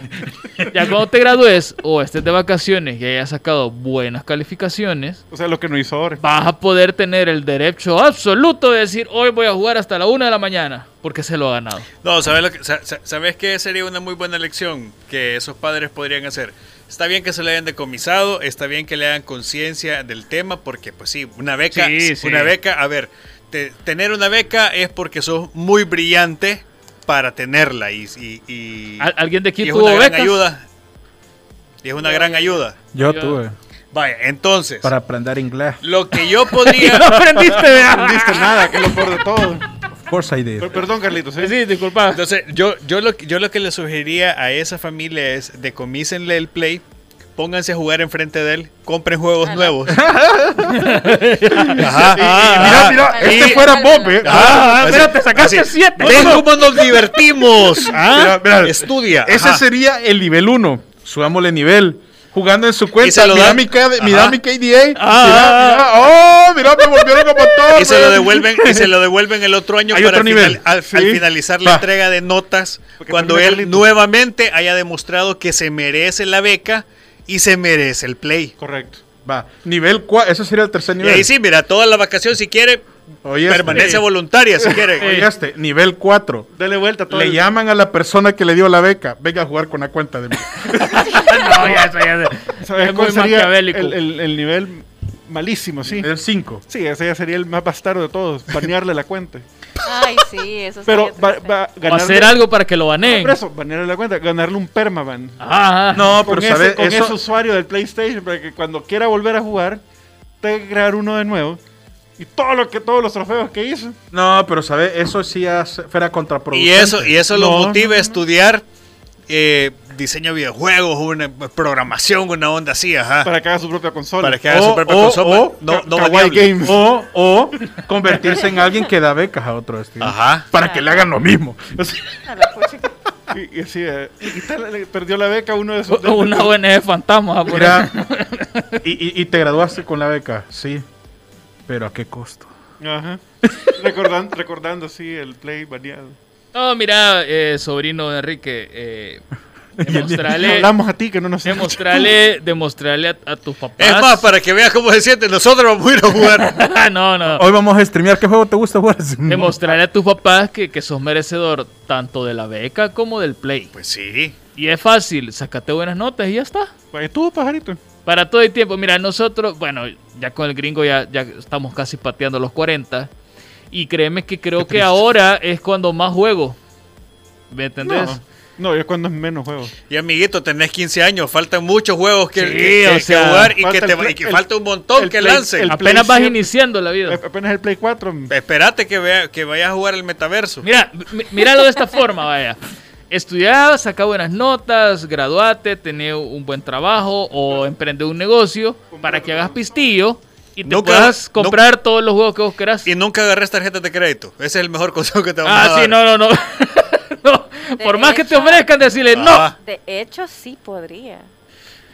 Speaker 2: Ya cuando te gradúes o estés de vacaciones y hayas sacado buenas calificaciones,
Speaker 3: O sea, lo que no hizo ahora.
Speaker 2: vas a poder tener el derecho absoluto de decir hoy voy a jugar hasta la una de la mañana porque se lo ha ganado.
Speaker 6: No, ¿sabes, lo que- sa- sa- ¿sabes qué sería una muy buena lección que esos padres podrían hacer? Está bien que se le hayan decomisado, está bien que le hagan conciencia del tema, porque pues sí, una beca,
Speaker 2: Sí, sí.
Speaker 6: una beca, a ver, te- tener una beca es porque sos muy brillante para tenerla y, y- y-
Speaker 2: Al- ¿Alguien de aquí
Speaker 6: y es
Speaker 2: tuvo
Speaker 6: una gran
Speaker 2: becas?
Speaker 6: ayuda. Y es una gran ayuda.
Speaker 5: Yo
Speaker 2: Yo-
Speaker 5: tuve
Speaker 6: Vaya, entonces,
Speaker 5: para aprender inglés.
Speaker 6: lo que yo
Speaker 2: Y
Speaker 6: podría...
Speaker 2: no aprendiste,
Speaker 3: No
Speaker 2: ¿verdad?
Speaker 3: diste nada, que es lo peor de todo.
Speaker 5: Of course I did.
Speaker 3: Per- Perdón, Carlitos. ¿eh?
Speaker 2: Sí, disculpa.
Speaker 6: Entonces, yo, yo, lo, que- yo lo que le sugeriría a esa familia es decomísenle el play, pónganse a jugar enfrente de él, compren juegos nuevos. Ajá.
Speaker 5: Mira, mira,
Speaker 4: Ah,
Speaker 5: este
Speaker 4: sí.
Speaker 5: fuera Bob, eh.
Speaker 2: Ah,
Speaker 6: así-
Speaker 2: mira, te sacaste
Speaker 6: así.
Speaker 2: siete.
Speaker 6: ¿Ven cómo nos divertimos? ¿Ah?
Speaker 5: Mira, mira.
Speaker 6: Estudia.
Speaker 5: Ese
Speaker 6: Ajá.
Speaker 5: sería el nivel 1. Subámosle nivel. Jugando en su
Speaker 6: Y se
Speaker 5: cuenta.
Speaker 6: lo
Speaker 5: Mira
Speaker 6: dan.
Speaker 5: mi, K-
Speaker 6: Ajá. ah.
Speaker 5: mira mi KDA.
Speaker 2: Ah.
Speaker 5: mira, mira. Oh, mira, me volvieron como todo.
Speaker 6: y se lo devuelven y se lo devuelven el otro año
Speaker 5: Hay
Speaker 6: para
Speaker 5: otro nivel.
Speaker 6: al, al
Speaker 5: Sí.
Speaker 6: finalizar
Speaker 5: Va.
Speaker 6: la entrega de notas
Speaker 3: Porque
Speaker 6: cuando
Speaker 3: ponme
Speaker 6: él
Speaker 3: Carlitos.
Speaker 6: nuevamente haya demostrado que se merece la beca y se merece el play.
Speaker 3: Correcto.
Speaker 5: Va, nivel 4. Ese sería el tercer
Speaker 6: Y
Speaker 5: nivel.
Speaker 6: ahí sí, mira, toda la vacación si quiere,
Speaker 5: Oye, este.
Speaker 6: permanencia
Speaker 5: Sí.
Speaker 6: voluntaria si quiere.
Speaker 5: Oye, este, nivel 4.
Speaker 3: Dale vuelta a todo.
Speaker 5: Le
Speaker 3: el-
Speaker 5: llaman a la persona que le dio la beca. Venga a jugar con la cuenta de mí.
Speaker 2: No, ya, eso ya sé.
Speaker 3: ¿Sabes
Speaker 2: Es
Speaker 3: cuál
Speaker 2: muy
Speaker 3: sería el,
Speaker 2: maquiavélico.
Speaker 3: el- el nivel malísimo, sí?
Speaker 5: El 5.
Speaker 3: Sí, ese ya sería el más bastardo de todos. Banearle la cuenta.
Speaker 4: Ay, sí, eso
Speaker 3: Pero
Speaker 4: sería
Speaker 3: va,
Speaker 4: triste.
Speaker 3: va-
Speaker 2: O
Speaker 3: ganarle-
Speaker 2: hacer algo para que lo baneen.
Speaker 3: Por eso, banearle la cuenta. Ganarle un permaban.
Speaker 2: Ah,
Speaker 6: Ah,
Speaker 2: Ajá, ajá.
Speaker 5: No,
Speaker 3: con
Speaker 5: pero
Speaker 3: ese,
Speaker 5: sabes,
Speaker 3: con
Speaker 5: eso,
Speaker 3: ese usuario del PlayStation para que cuando quiera volver a jugar tenga que crear uno de nuevo y todo lo que todos los trofeos que hizo
Speaker 5: no, pero sabes, eso sí hace- fuera
Speaker 6: Y
Speaker 5: contraproducente.
Speaker 6: eso, y eso lo
Speaker 3: No,
Speaker 6: motiva
Speaker 3: no, no,
Speaker 6: a
Speaker 3: no.
Speaker 6: estudiar eh, diseño de videojuegos, una programación, una onda así,
Speaker 2: Ah.
Speaker 6: ajá. Para,
Speaker 3: para que haga su propia consola.
Speaker 6: que haga
Speaker 5: o-
Speaker 6: su propia
Speaker 5: o-
Speaker 6: consola.
Speaker 5: o-
Speaker 6: no, no
Speaker 3: Kawaii
Speaker 6: variable.
Speaker 3: Games.
Speaker 5: O, o convertirse en alguien que da becas a otro estilo.
Speaker 6: Ajá.
Speaker 5: Para que le hagan lo mismo.
Speaker 4: A la puchica.
Speaker 3: Y, y así, eh, le quita- le perdió la beca a uno de sus.
Speaker 2: O- Una ONG fantasma. va a poner.
Speaker 5: Mira, y, y- y te graduaste con la beca, sí. Pero a qué costo.
Speaker 3: Ajá. recordando, recordando, sí, el play baneado.
Speaker 2: No, mira, eh, sobrino de Enrique, eh, demostrale,
Speaker 3: Hablamos a ti que no nos
Speaker 2: demostrale, demostrale a, a tus papás.
Speaker 6: Es más, para que veas cómo se siente, nosotros vamos a ir a jugar.
Speaker 2: Ah, no, no.
Speaker 3: Oh,
Speaker 5: Hoy vamos a streamear. ¿Qué juego te gusta jugar?
Speaker 2: Demostrarle a tus papás que, que sos merecedor tanto de la beca como del play.
Speaker 6: Pues sí.
Speaker 2: Y es fácil, sacate buenas notas y ya está.
Speaker 3: Ahí estuvo, pajarito.
Speaker 2: Para todo el tiempo, mira, nosotros, bueno, ya con el gringo ya, ya estamos casi pateando los 40. Y créeme que creo que ahora es cuando más juego. ¿Me entendés?
Speaker 3: No, no, yo cuando es menos juego.
Speaker 6: Y amiguito, tenés 15 años, faltan muchos juegos que,
Speaker 2: Sí,
Speaker 6: que-
Speaker 2: o
Speaker 6: que
Speaker 2: sea,
Speaker 6: jugar y que,
Speaker 3: falta
Speaker 6: te,
Speaker 3: el play-
Speaker 6: y que
Speaker 3: el-
Speaker 6: falta un montón
Speaker 3: el
Speaker 6: que
Speaker 3: play-
Speaker 6: lancen.
Speaker 3: el-
Speaker 2: Apenas
Speaker 3: Play
Speaker 2: vas
Speaker 3: siempre- Eh,
Speaker 2: iniciando la vida.
Speaker 3: A- Apenas el Play 4.
Speaker 6: Espérate que, vea, que vayas a jugar el metaverso.
Speaker 2: Mira, mi- míralo de esta forma, vaya. Estudiar, saca buenas notas, graduate, tener un buen trabajo o emprender un negocio para que hagas pistillo y te
Speaker 6: Nunca-
Speaker 2: puedas
Speaker 6: nu-
Speaker 2: comprar todos los juegos que vos querás.
Speaker 6: Y nunca agarres tarjetas de crédito. Ese es el mejor consejo que te vamos a
Speaker 2: Ah,
Speaker 6: dar.
Speaker 2: sí, no, no, no. No, Por más que te ofrezcan, decirle no.
Speaker 6: Ah.
Speaker 4: De hecho, sí podría.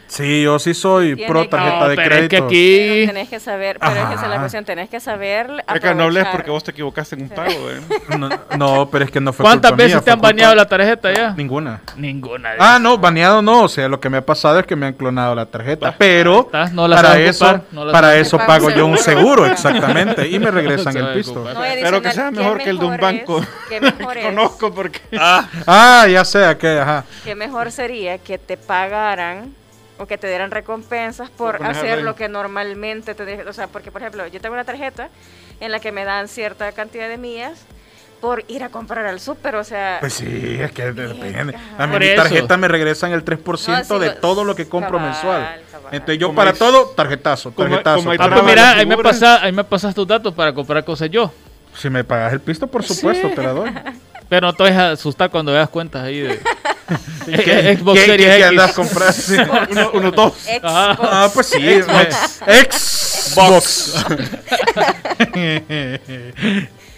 Speaker 5: Sí, yo sí soy
Speaker 4: Tiene
Speaker 5: pro
Speaker 4: que-
Speaker 5: tarjeta
Speaker 2: No,
Speaker 5: de
Speaker 2: pero es que
Speaker 5: crédito.
Speaker 4: Pero
Speaker 2: aquí.
Speaker 4: tenés que saber, pero es que esa es la
Speaker 5: Ajá.
Speaker 4: cuestión, tenés que saber
Speaker 3: Acá no hables
Speaker 4: aprovechar.
Speaker 3: porque vos te equivocaste en un pago. eh.
Speaker 5: No, no, pero es que no fue
Speaker 2: ¿Cuántas
Speaker 5: culpa mía,
Speaker 2: veces te
Speaker 5: fue
Speaker 2: han baneado
Speaker 5: culpa-
Speaker 2: la tarjeta ya?
Speaker 5: Ninguna.
Speaker 2: Ninguna. de
Speaker 5: Ah,
Speaker 2: esas.
Speaker 5: no, baneado no. O sea, lo que me ha pasado es que me han clonado la tarjeta. Pero
Speaker 2: Ah, está, no la
Speaker 5: para
Speaker 2: saben
Speaker 5: eso,
Speaker 2: ocupar, no la
Speaker 5: para
Speaker 2: saben
Speaker 5: eso
Speaker 4: ocupar.
Speaker 5: pago yo un seguro,
Speaker 4: Seguro.
Speaker 5: exactamente. Y me regresan
Speaker 2: No
Speaker 5: el
Speaker 2: saben
Speaker 5: pisto.
Speaker 2: ocupar.
Speaker 4: No, y
Speaker 3: Pero que
Speaker 4: adicional,
Speaker 3: sea
Speaker 4: ¿qué
Speaker 3: mejor que el de un
Speaker 4: mejor es?
Speaker 3: banco.
Speaker 4: ¿Qué mejor es?
Speaker 3: Conozco porque.
Speaker 6: Ah,
Speaker 5: Ah, ya sé, que, ajá.
Speaker 4: ¿Qué mejor sería que te pagaran o que te dieran recompensas por
Speaker 3: Por poner
Speaker 4: hacer
Speaker 3: ahí.
Speaker 4: lo que normalmente te O sea, porque, por ejemplo, yo tengo una tarjeta en la que me dan cierta cantidad de millas, por ir a comprar al súper, o sea,
Speaker 5: Pues sí, es que depende. A mí
Speaker 2: Por
Speaker 5: mi
Speaker 2: eso.
Speaker 5: tarjeta me regresan el 3%
Speaker 4: No, sí,
Speaker 5: de
Speaker 4: lo-
Speaker 5: todo lo que compro
Speaker 4: cabal,
Speaker 5: mensual.
Speaker 4: cabal.
Speaker 5: Entonces yo
Speaker 3: Como
Speaker 5: para
Speaker 3: es-
Speaker 5: todo, tarjetazo,
Speaker 3: como-
Speaker 5: tarjetazo.
Speaker 3: como hay
Speaker 2: Ah,
Speaker 5: tarjetazo.
Speaker 2: pues mira, ahí me,
Speaker 3: Figura.
Speaker 2: pasa, ahí me pasas tus datos para comprar cosas yo.
Speaker 5: Si me pagas el pisto, por supuesto, te la doy.
Speaker 2: Pero no te vas a asustar cuando veas cuentas ahí de
Speaker 5: ¿Qué- qué-
Speaker 2: Eh, Xbox
Speaker 5: qué-
Speaker 2: Series
Speaker 5: qué
Speaker 2: X.
Speaker 5: andas comprando? Sí.
Speaker 3: Uno, uno, dos.
Speaker 4: Xbox.
Speaker 5: Ah, pues sí.
Speaker 2: Xbox.
Speaker 5: me- Xbox.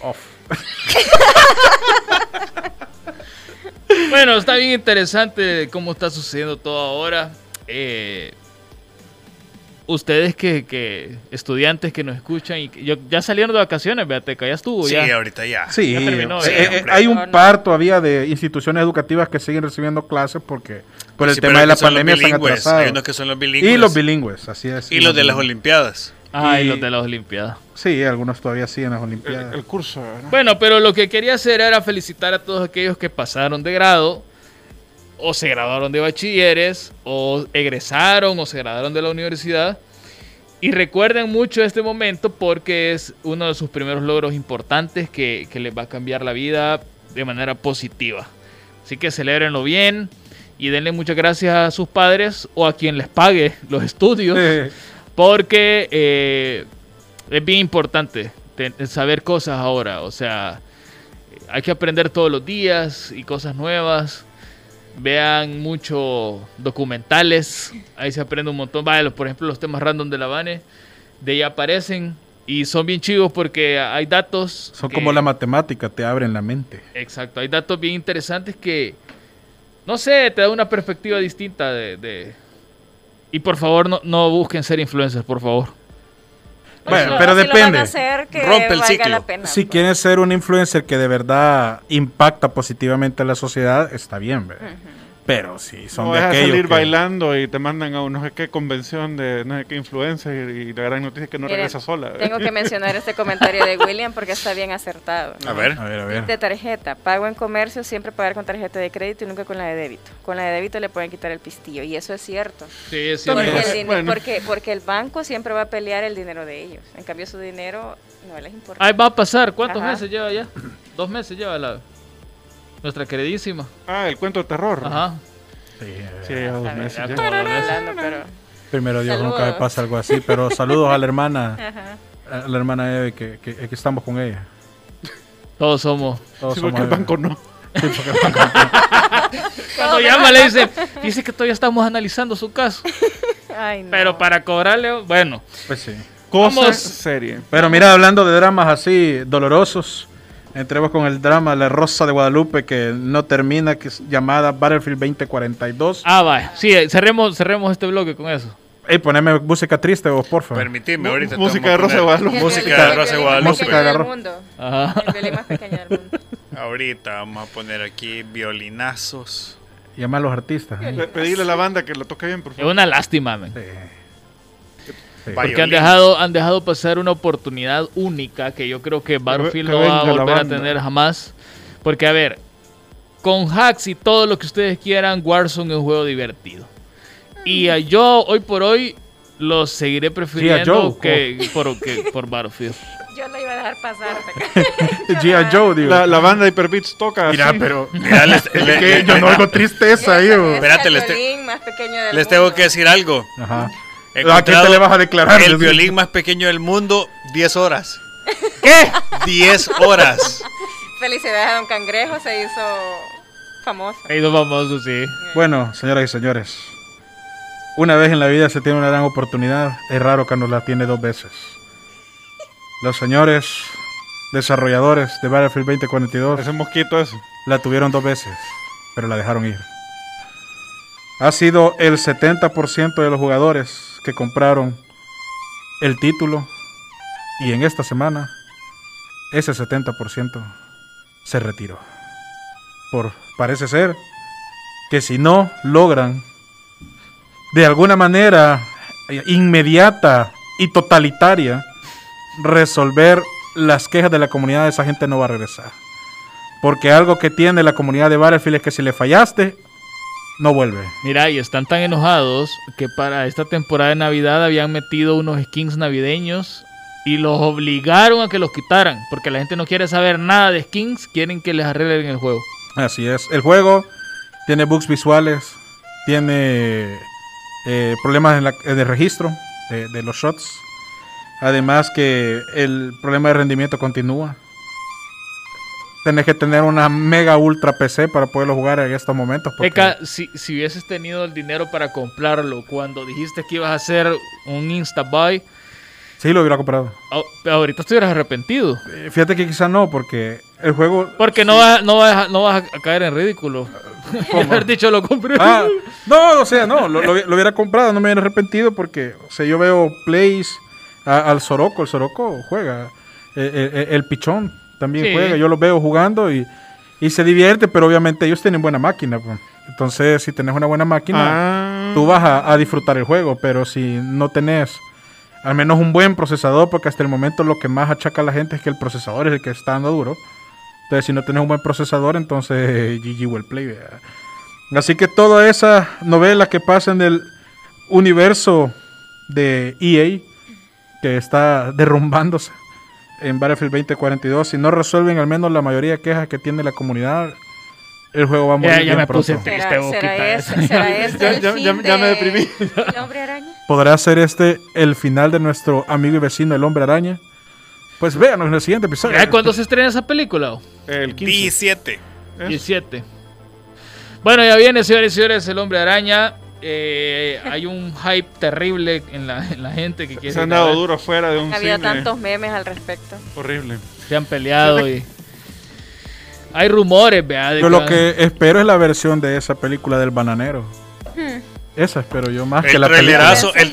Speaker 5: Off.
Speaker 2: Bueno, está bien interesante cómo está sucediendo todo ahora. Eh, ustedes que, que- estudiantes que nos escuchan y que- yo, ya salieron de vacaciones, Beateca, ya estuvo
Speaker 6: Sí,
Speaker 2: ya.
Speaker 6: ahorita ya.
Speaker 5: Sí,
Speaker 2: Ya terminó,
Speaker 5: eh,
Speaker 6: ya.
Speaker 5: eh, eh, hay
Speaker 4: No,
Speaker 5: un
Speaker 4: no.
Speaker 5: par todavía de instituciones educativas que siguen recibiendo clases porque por el
Speaker 6: Sí, pero
Speaker 5: tema de la
Speaker 6: que son los
Speaker 5: pandemia están
Speaker 6: bilingües,
Speaker 5: atrasados.
Speaker 6: Hay unos que son los bilingües.
Speaker 5: y los bilingües, así es.
Speaker 6: y los de las Olimpiadas.
Speaker 2: Ay,
Speaker 5: Y-
Speaker 2: los de las Olimpiadas.
Speaker 5: Sí, algunos todavía sí en las
Speaker 3: El,
Speaker 5: Olimpiadas.
Speaker 3: el curso, ¿verdad?
Speaker 2: Bueno, pero lo que quería hacer era felicitar a todos aquellos que pasaron de grado, o se graduaron de bachilleres, o egresaron, o se graduaron de la universidad. Y recuerden mucho este momento porque es uno de sus primeros logros importantes que, que les va a cambiar la vida de manera positiva. Así que celebrenlo bien y denle muchas gracias a sus padres o a quien les pague los estudios
Speaker 5: Eh,
Speaker 2: porque eh, es bien importante te- saber cosas ahora. O sea, hay que aprender todos los días y cosas nuevas. Vean mucho documentales. Ahí se aprende un montón. Vaya, los- por ejemplo, los temas random de la Vane. De ahí aparecen. Y son bien chivos porque hay datos.
Speaker 5: son
Speaker 2: que-
Speaker 3: eh,
Speaker 5: como la matemática, te abren la mente.
Speaker 2: Exacto, hay datos bien interesantes que, no sé, te da una perspectiva distinta de... de- Y por favor, no, no busquen ser influencers, por favor.
Speaker 5: Bueno,
Speaker 4: Oye,
Speaker 5: pero
Speaker 4: si Pues lo van
Speaker 5: depende.
Speaker 4: a hacer, que
Speaker 6: Rompe el
Speaker 4: valga
Speaker 6: ciclo.
Speaker 4: la pena,
Speaker 5: Si
Speaker 4: pues.
Speaker 5: quieres ser un influencer que de verdad impacta positivamente a la sociedad, está bien, ¿verdad? Pero si son
Speaker 3: No
Speaker 5: de
Speaker 3: vas a
Speaker 5: aquellos
Speaker 3: salir
Speaker 5: que-
Speaker 3: bailando y te mandan a no sé qué convención de no sé qué influencia y, y la gran noticia es que no
Speaker 4: Miren,
Speaker 3: regresa sola.
Speaker 4: Tengo que mencionar este comentario de William porque está bien acertado.
Speaker 6: A ver.
Speaker 5: A ver, a
Speaker 4: De
Speaker 5: ver.
Speaker 4: tarjeta, pago en comercio, siempre pagar con tarjeta de crédito y nunca con la de débito. Con la de débito le pueden quitar el pistillo y eso es cierto.
Speaker 2: Sí, sí,
Speaker 3: También
Speaker 4: Porque
Speaker 3: es-
Speaker 4: el, din-
Speaker 3: bueno.
Speaker 4: porque, porque el banco siempre va a pelear el dinero de ellos. En cambio, su dinero no les importa.
Speaker 2: Ahí va a pasar, ¿cuántos
Speaker 4: Ajá.
Speaker 2: meses lleva ya? Dos meses lleva la... Nuestra queridísima.
Speaker 3: Ah, el cuento de terror.
Speaker 2: Ajá.
Speaker 3: Sí, ya dos meses
Speaker 2: ya
Speaker 3: ya.
Speaker 2: como dos meses.
Speaker 4: Hablando, pero-
Speaker 5: eh, Primero Dios, nunca me
Speaker 4: Saludos.
Speaker 5: pasa algo así, pero saludos a la hermana, a la hermana Eve, que, que- que estamos con ella.
Speaker 2: Todos somos.
Speaker 5: Todos
Speaker 3: Sí,
Speaker 5: somos
Speaker 3: porque el
Speaker 5: Eve.
Speaker 3: banco no.
Speaker 5: Sí, porque el banco-
Speaker 2: Cuando llama le dice, dice que todavía estamos analizando su caso.
Speaker 4: Ay, no.
Speaker 2: Pero para cobrarle, bueno.
Speaker 5: Pues sí.
Speaker 3: Cosa
Speaker 2: Vamos.
Speaker 3: seria.
Speaker 5: Pero mira, hablando de dramas así dolorosos, entremos con el drama La Rosa de Guadalupe que no termina, que es llamada Battlefield 2042.
Speaker 2: Ah, vaya. Sí, eh, cerremos, cerremos este bloque con eso.
Speaker 5: Ey, poneme música triste vos, porfa.
Speaker 6: Permitime, ahorita.
Speaker 3: música
Speaker 6: te vamos a
Speaker 3: de Rosa
Speaker 6: poner
Speaker 3: Guadalupe.
Speaker 4: El
Speaker 6: Música
Speaker 4: violín-
Speaker 6: de Rosa
Speaker 4: el violín
Speaker 6: Guadalupe.
Speaker 4: más pequeño del
Speaker 5: Música de Ro-
Speaker 4: mundo.
Speaker 2: Ajá.
Speaker 4: El violín más pequeño del mundo.
Speaker 6: Ahorita vamos a poner aquí violinazos.
Speaker 5: Llama a los artistas. ¿eh?
Speaker 3: Le- Pedirle a la banda que lo toque bien, por
Speaker 2: Es
Speaker 3: favor.
Speaker 2: una lástima, men.
Speaker 5: Sí. Sí.
Speaker 6: Vaya.
Speaker 2: Porque han
Speaker 6: Violín.
Speaker 2: dejado, han dejado pasar una oportunidad única que yo creo que Battlefield
Speaker 3: que
Speaker 2: no va a
Speaker 3: venga la
Speaker 2: volver a
Speaker 3: banda.
Speaker 2: tener jamás. Porque, a ver, con hacks y todo lo que ustedes quieran, Warzone es un juego divertido. Y a yo, hoy por hoy, lo seguiré prefiriendo
Speaker 5: Joe,
Speaker 2: que, por, que por Battlefield.
Speaker 4: Yo lo iba a dejar pasar.
Speaker 5: G.I. Joe, digo.
Speaker 3: La, eh, la banda Hyperbeats toca.
Speaker 5: Mira,
Speaker 3: así.
Speaker 5: pero...
Speaker 6: Mira, les, le-
Speaker 5: que
Speaker 6: le-
Speaker 5: yo no oigo tristeza ahí, bo.
Speaker 6: Espérate,
Speaker 4: el
Speaker 6: les te-
Speaker 4: violín más pequeño del
Speaker 6: les tengo
Speaker 4: mundo.
Speaker 6: que decir algo.
Speaker 5: Ajá.
Speaker 6: He
Speaker 5: ¿A quién te
Speaker 6: encontrado
Speaker 5: le vas a declarar?
Speaker 6: El violín más pequeño del mundo, 10 horas.
Speaker 2: ¿Qué?
Speaker 6: 10 horas.
Speaker 4: Felicidades a Don Cangrejo, se hizo famoso.
Speaker 2: Ahí nos vamos, sí.
Speaker 5: Bueno, señoras y señores, una vez en la vida se tiene una gran oportunidad, es raro que nos la tiene dos veces. Los señores desarrolladores de Battlefield 2042
Speaker 3: Ese mosquito ese.
Speaker 5: la tuvieron dos veces, pero la dejaron ir. Ha sido el 70% de los jugadores que compraron el título y en esta semana ese 70% se retiró. Por parece ser que si no logran de alguna manera eh, inmediata y totalitaria resolver las quejas de la comunidad, esa gente no va a regresar. Porque algo que tiene la comunidad de Battlefield es que si le fallaste, no vuelve.
Speaker 2: Mira, y están tan enojados que para esta temporada de Navidad habían metido unos skins navideños Y los obligaron a que los quitaran. Porque la gente no quiere saber nada de skins. Quieren que les arreglen el juego.
Speaker 5: Así es. El juego tiene bugs visuales, tiene eh, problemas en la- eh, de registro de, de los shots. Además que el problema de rendimiento continúa. Tenés que tener una mega ultra PC para poderlo jugar en estos momentos. porque-
Speaker 2: Eka, si, si hubieses tenido el dinero para comprarlo cuando dijiste que ibas a hacer un Instabuy,
Speaker 5: sí, lo hubiera comprado.
Speaker 2: a- ahorita estuvieras arrepentido.
Speaker 5: Eh, Fíjate que quizá no, porque el juego...
Speaker 2: Porque no, vas, no, vas, a- no vas a caer en ridículo.
Speaker 5: ¿Cómo?
Speaker 2: Haber dicho lo compré.
Speaker 5: Ah, no, o sea, no, lo, lo- lo hubiera comprado, no me hubiera arrepentido porque, o sea, yo veo plays a- al Soroco, el Soroco juega, eh, eh, eh, el Pichón también
Speaker 2: Sí.
Speaker 5: juega, yo los veo jugando y, y se divierte, pero obviamente ellos tienen buena máquina, pues. entonces si tenés una buena máquina,
Speaker 3: Ah,
Speaker 5: tú vas a, a disfrutar el juego, pero si no tenés al menos un buen procesador, porque hasta el momento lo que más achaca a la gente es que el procesador es el que está dando duro. Entonces, si no tenés un buen procesador, entonces GG Well Play. ¿verdad? Así que toda esa novela que pasa en el universo de EA, que está derrumbándose en Battlefield 2042, si no resuelven al menos la mayoría de quejas que tiene la comunidad, el juego va a morir
Speaker 2: Ya, ya
Speaker 5: bien
Speaker 2: me
Speaker 5: pronto.
Speaker 2: puse triste,
Speaker 4: ¿Será,
Speaker 2: boquita.
Speaker 4: será ese? ¿Será ese
Speaker 3: Ya-
Speaker 4: el
Speaker 3: ya-
Speaker 4: fin
Speaker 3: ya- ya me
Speaker 4: de-
Speaker 3: deprimí.
Speaker 4: ¿El hombre araña?
Speaker 5: ¿Podrá ser este el final de nuestro amigo y vecino el hombre araña? Pues véanos en el siguiente episodio.
Speaker 2: Ya, ¿Cuándo se estrena esa película? o?
Speaker 3: el 15.
Speaker 6: 17.
Speaker 3: Es-
Speaker 2: 17. Bueno, ya viene, señores y señores, el hombre araña. Eh, hay un hype terrible en la, en la gente que quiere.
Speaker 3: Se han
Speaker 2: ir a
Speaker 3: dado
Speaker 2: ver.
Speaker 3: duro afuera de un
Speaker 4: Ha habido
Speaker 3: cine.
Speaker 4: tantos memes al respecto.
Speaker 3: Horrible.
Speaker 2: Se han peleado y. Hay rumores, vea. de
Speaker 5: Yo lo
Speaker 2: van-
Speaker 5: que espero es la versión de esa película del bananero. Esa espero yo más Ah, que
Speaker 6: El
Speaker 5: la película.
Speaker 6: trailerazo,
Speaker 4: Yo pensé-
Speaker 6: el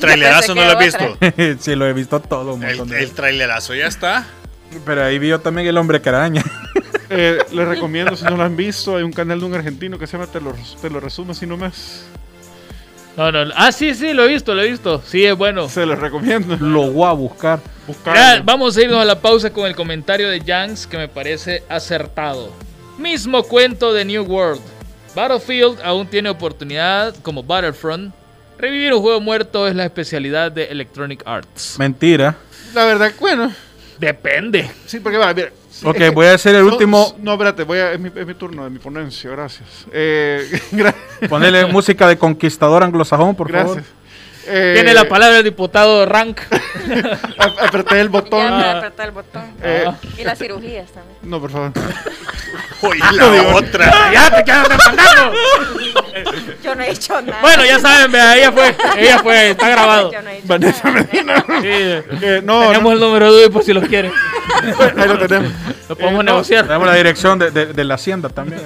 Speaker 4: yo
Speaker 6: trailerazo no
Speaker 4: pensé
Speaker 6: lo has
Speaker 4: que
Speaker 6: visto.
Speaker 4: otra.
Speaker 5: sí, lo he visto todo un montón
Speaker 6: El,
Speaker 5: de
Speaker 6: el trailerazo ya está.
Speaker 5: veces. Pero ahí vio también el hombre que araña.
Speaker 3: Eh, les recomiendo, si no lo han visto, hay un canal de un argentino que se llama Te lo, te lo resumo así nomás.
Speaker 2: No, no. Ah, sí, sí, lo he visto, lo he visto. Sí, es bueno.
Speaker 3: Se los recomiendo.
Speaker 5: lo voy a buscar.
Speaker 2: Ya,
Speaker 3: Buscarlo.
Speaker 2: vamos a irnos a la pausa con el comentario de Janks que me parece acertado. Mismo cuento de New World. Battlefield aún tiene oportunidad como Battlefront. Revivir un juego muerto es la especialidad de Electronic Arts.
Speaker 5: Mentira.
Speaker 3: La verdad, bueno.
Speaker 2: Depende.
Speaker 3: Sí, porque va, mira. sí,
Speaker 5: Ok,
Speaker 3: es que-
Speaker 5: voy a hacer el
Speaker 3: no,
Speaker 5: último.
Speaker 3: No, espérate, voy a, es, mi, es mi turno de mi ponencia, gracias. Eh, gra-
Speaker 5: Ponerle música de conquistador anglosajón, por
Speaker 3: gracias.
Speaker 5: favor.
Speaker 3: Eh,
Speaker 2: Tiene la palabra el diputado Rank.
Speaker 3: ap- Apreté el
Speaker 4: Ya me
Speaker 3: botón.
Speaker 4: apretar el botón.
Speaker 3: Eh,
Speaker 2: Ah.
Speaker 4: Y las cirugías también.
Speaker 3: No, por favor.
Speaker 6: Uy, la otra.
Speaker 2: ¡Ya te quedas respaldando!
Speaker 4: Yo no he hecho nada.
Speaker 2: Bueno, ya saben, vea, ella fue. Ella fue, está grabado.
Speaker 4: Yo no he hecho
Speaker 3: Vanessa
Speaker 4: nada.
Speaker 3: Medina.
Speaker 2: Sí.
Speaker 3: Eh, no,
Speaker 2: Tenemos
Speaker 3: no,
Speaker 2: el número de por si los quieren.
Speaker 3: ahí lo tenemos.
Speaker 2: Lo podemos
Speaker 3: Eh, no,
Speaker 2: negociar.
Speaker 5: Damos la dirección de, de- de la hacienda también.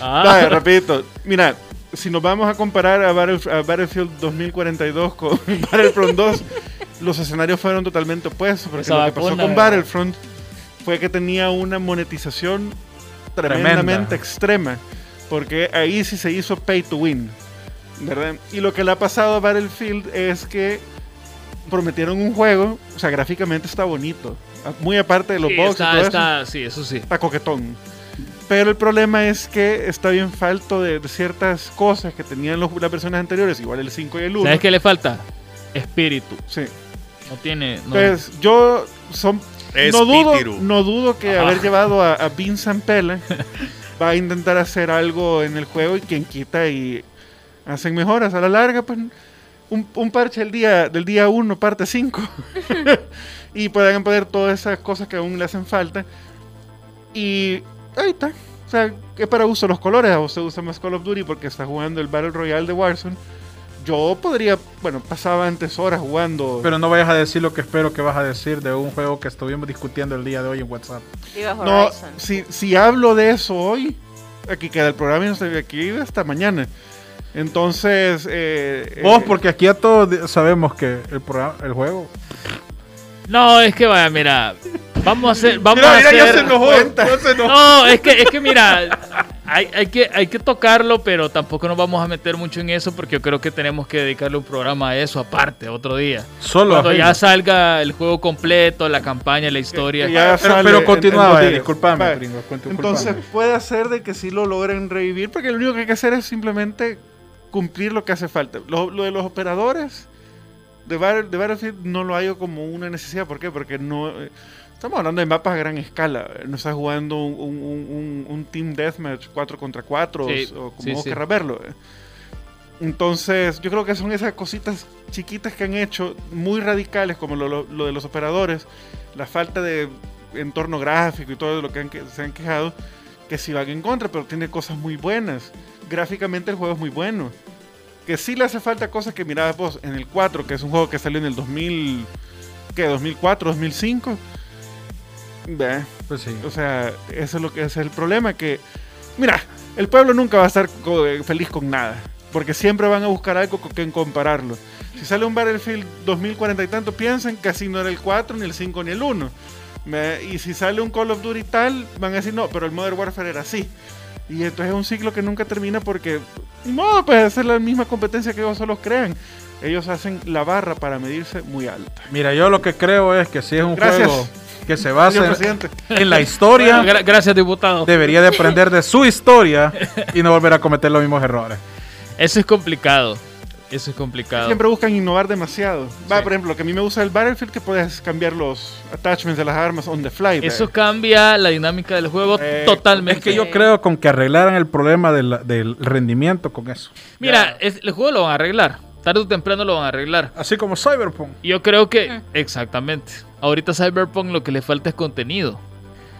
Speaker 2: Ah.
Speaker 3: Dale, rapidito. Mira, si nos vamos a comparar a, Battlef- a Battlefield 2042 con Battlefront 2, los escenarios fueron totalmente opuestos. Porque
Speaker 2: Esa
Speaker 3: lo que pasó
Speaker 2: vacuna,
Speaker 3: con
Speaker 2: ¿verdad?
Speaker 3: Battlefront fue que tenía una monetización tremendamente
Speaker 5: Tremenda.
Speaker 3: extrema. Porque ahí sí se hizo pay to win. ¿Verdad? Y lo que le ha pasado a Battlefield es que prometieron un juego, o sea, gráficamente está bonito. Muy aparte de los
Speaker 2: Sí,
Speaker 3: bugs y
Speaker 2: está,
Speaker 3: todo eso
Speaker 2: está, sí, eso sí.
Speaker 3: está coquetón. Pero el problema es que está bien falto de, de ciertas cosas que tenían los- las versiones anteriores, igual el 5 y el 1.
Speaker 2: ¿Sabes qué le falta? Espíritu.
Speaker 3: Sí.
Speaker 2: No tiene. no-
Speaker 3: Entonces, yo son,
Speaker 6: Es
Speaker 3: no, dudo,
Speaker 6: pítiru.
Speaker 3: no dudo que
Speaker 2: Ajá.
Speaker 3: haber llevado a, a Vincent Pella va a intentar hacer algo en el juego y quien quita y hacen mejoras a la larga, pues un, un parche el día, del día 1, parte 5. y puedan poner todas esas cosas que aún le hacen falta. Y ahí está. O sea, es para uso los colores. A usted usa más Call of Duty porque está jugando el Battle Royale de Warzone. Yo podría, bueno, pasaba antes horas jugando.
Speaker 5: Pero no vayas a decir lo que espero que vas a decir de un juego que estuvimos discutiendo el día de hoy en WhatsApp.
Speaker 4: Viva
Speaker 3: No,
Speaker 4: Horizon.
Speaker 3: si, si hablo de eso hoy, aquí queda el programa y no sé, aquí hasta mañana. Entonces, eh,
Speaker 5: Vos,
Speaker 3: eh,
Speaker 5: porque aquí a todos di- sabemos que el, programa, el juego.
Speaker 2: No, es que vaya, mira. Vamos a hacer. Vamos
Speaker 3: Mira,
Speaker 2: a
Speaker 3: mira, ya
Speaker 2: hacer-
Speaker 3: se enojó. ya se enojó.
Speaker 2: No, es que, es que mira, hay, hay que, hay que tocarlo, pero tampoco nos vamos a meter mucho en eso porque yo creo que tenemos que dedicarle un programa a eso aparte, otro día.
Speaker 5: Solo.
Speaker 2: Cuando
Speaker 5: ajeno.
Speaker 2: ya salga el juego completo, la campaña, la historia.
Speaker 3: Que ya
Speaker 5: Pero,
Speaker 3: sale
Speaker 5: pero
Speaker 3: en-
Speaker 5: continúa,
Speaker 3: en dos
Speaker 5: vaya,
Speaker 3: días.
Speaker 5: disculpame,
Speaker 3: Vaya.
Speaker 5: gringo, con tu-
Speaker 3: Entonces,
Speaker 5: disculpame.
Speaker 3: puede ser de que sí lo logren revivir, porque lo único que hay que hacer es simplemente cumplir lo que hace falta. Lo, lo de los operadores, de, Battle- de Battlefield no lo hallo como una necesidad. ¿Por qué? Porque no. eh, Estamos hablando de mapas a gran escala. eh, No estás jugando un, un- un- un- un Team Deathmatch 4 contra 4
Speaker 2: Sí,
Speaker 3: o como
Speaker 2: sí,
Speaker 3: vos
Speaker 2: sí.
Speaker 3: querrás verlo. eh. Entonces, yo creo que son esas cositas chiquitas que han hecho, muy radicales, como lo, lo- lo de los operadores, la falta de entorno gráfico y todo lo que, han que- se han quejado, que sí van en contra, pero tiene cosas muy buenas. Gráficamente el juego es muy bueno. Que sí le hace falta cosas que mirabas vos en el 4, que es un juego que salió en el 2000, ¿qué? 2004, 2005. Ve,
Speaker 5: Pues sí.
Speaker 3: o sea, eso es lo que es el problema, que, mira, el pueblo nunca va a estar co- eh, feliz con nada, porque siempre van a buscar algo con quien compararlo. Si sale un Battlefield 2040 y tanto, piensan que así no era el 4, ni el 5, ni el 1. Me- Y si sale un Call of Duty y tal, van a decir, no, pero el Modern Warfare era así. Y entonces es un ciclo que nunca termina porque, no, pues esa es la misma competencia que ellos solos crean. Ellos hacen la barra para medirse muy alta.
Speaker 5: Mira, yo lo que creo es que si es un
Speaker 3: Gracias.
Speaker 5: juego que se
Speaker 3: Señor
Speaker 5: basa en,
Speaker 3: presidente.
Speaker 5: en la historia,
Speaker 2: Gra- gracias, diputado.
Speaker 5: debería de aprender de su historia y no volver a cometer los mismos errores.
Speaker 2: Eso es complicado. Eso es complicado.
Speaker 3: Siempre buscan innovar demasiado. Va,
Speaker 2: Sí.
Speaker 3: por ejemplo, lo que a mí me gusta del Battlefield que puedes cambiar los attachments de las armas on the fly. ve.
Speaker 2: Eso cambia la dinámica del juego
Speaker 3: Eh,
Speaker 2: totalmente.
Speaker 5: Es que yo creo con que arreglaran el problema de la- del rendimiento con eso.
Speaker 2: Mira, es- el juego lo van a arreglar. Tarde o temprano lo van a arreglar.
Speaker 5: Así como Cyberpunk.
Speaker 2: Yo creo que, exactamente. Ahorita Cyberpunk lo que le falta es contenido.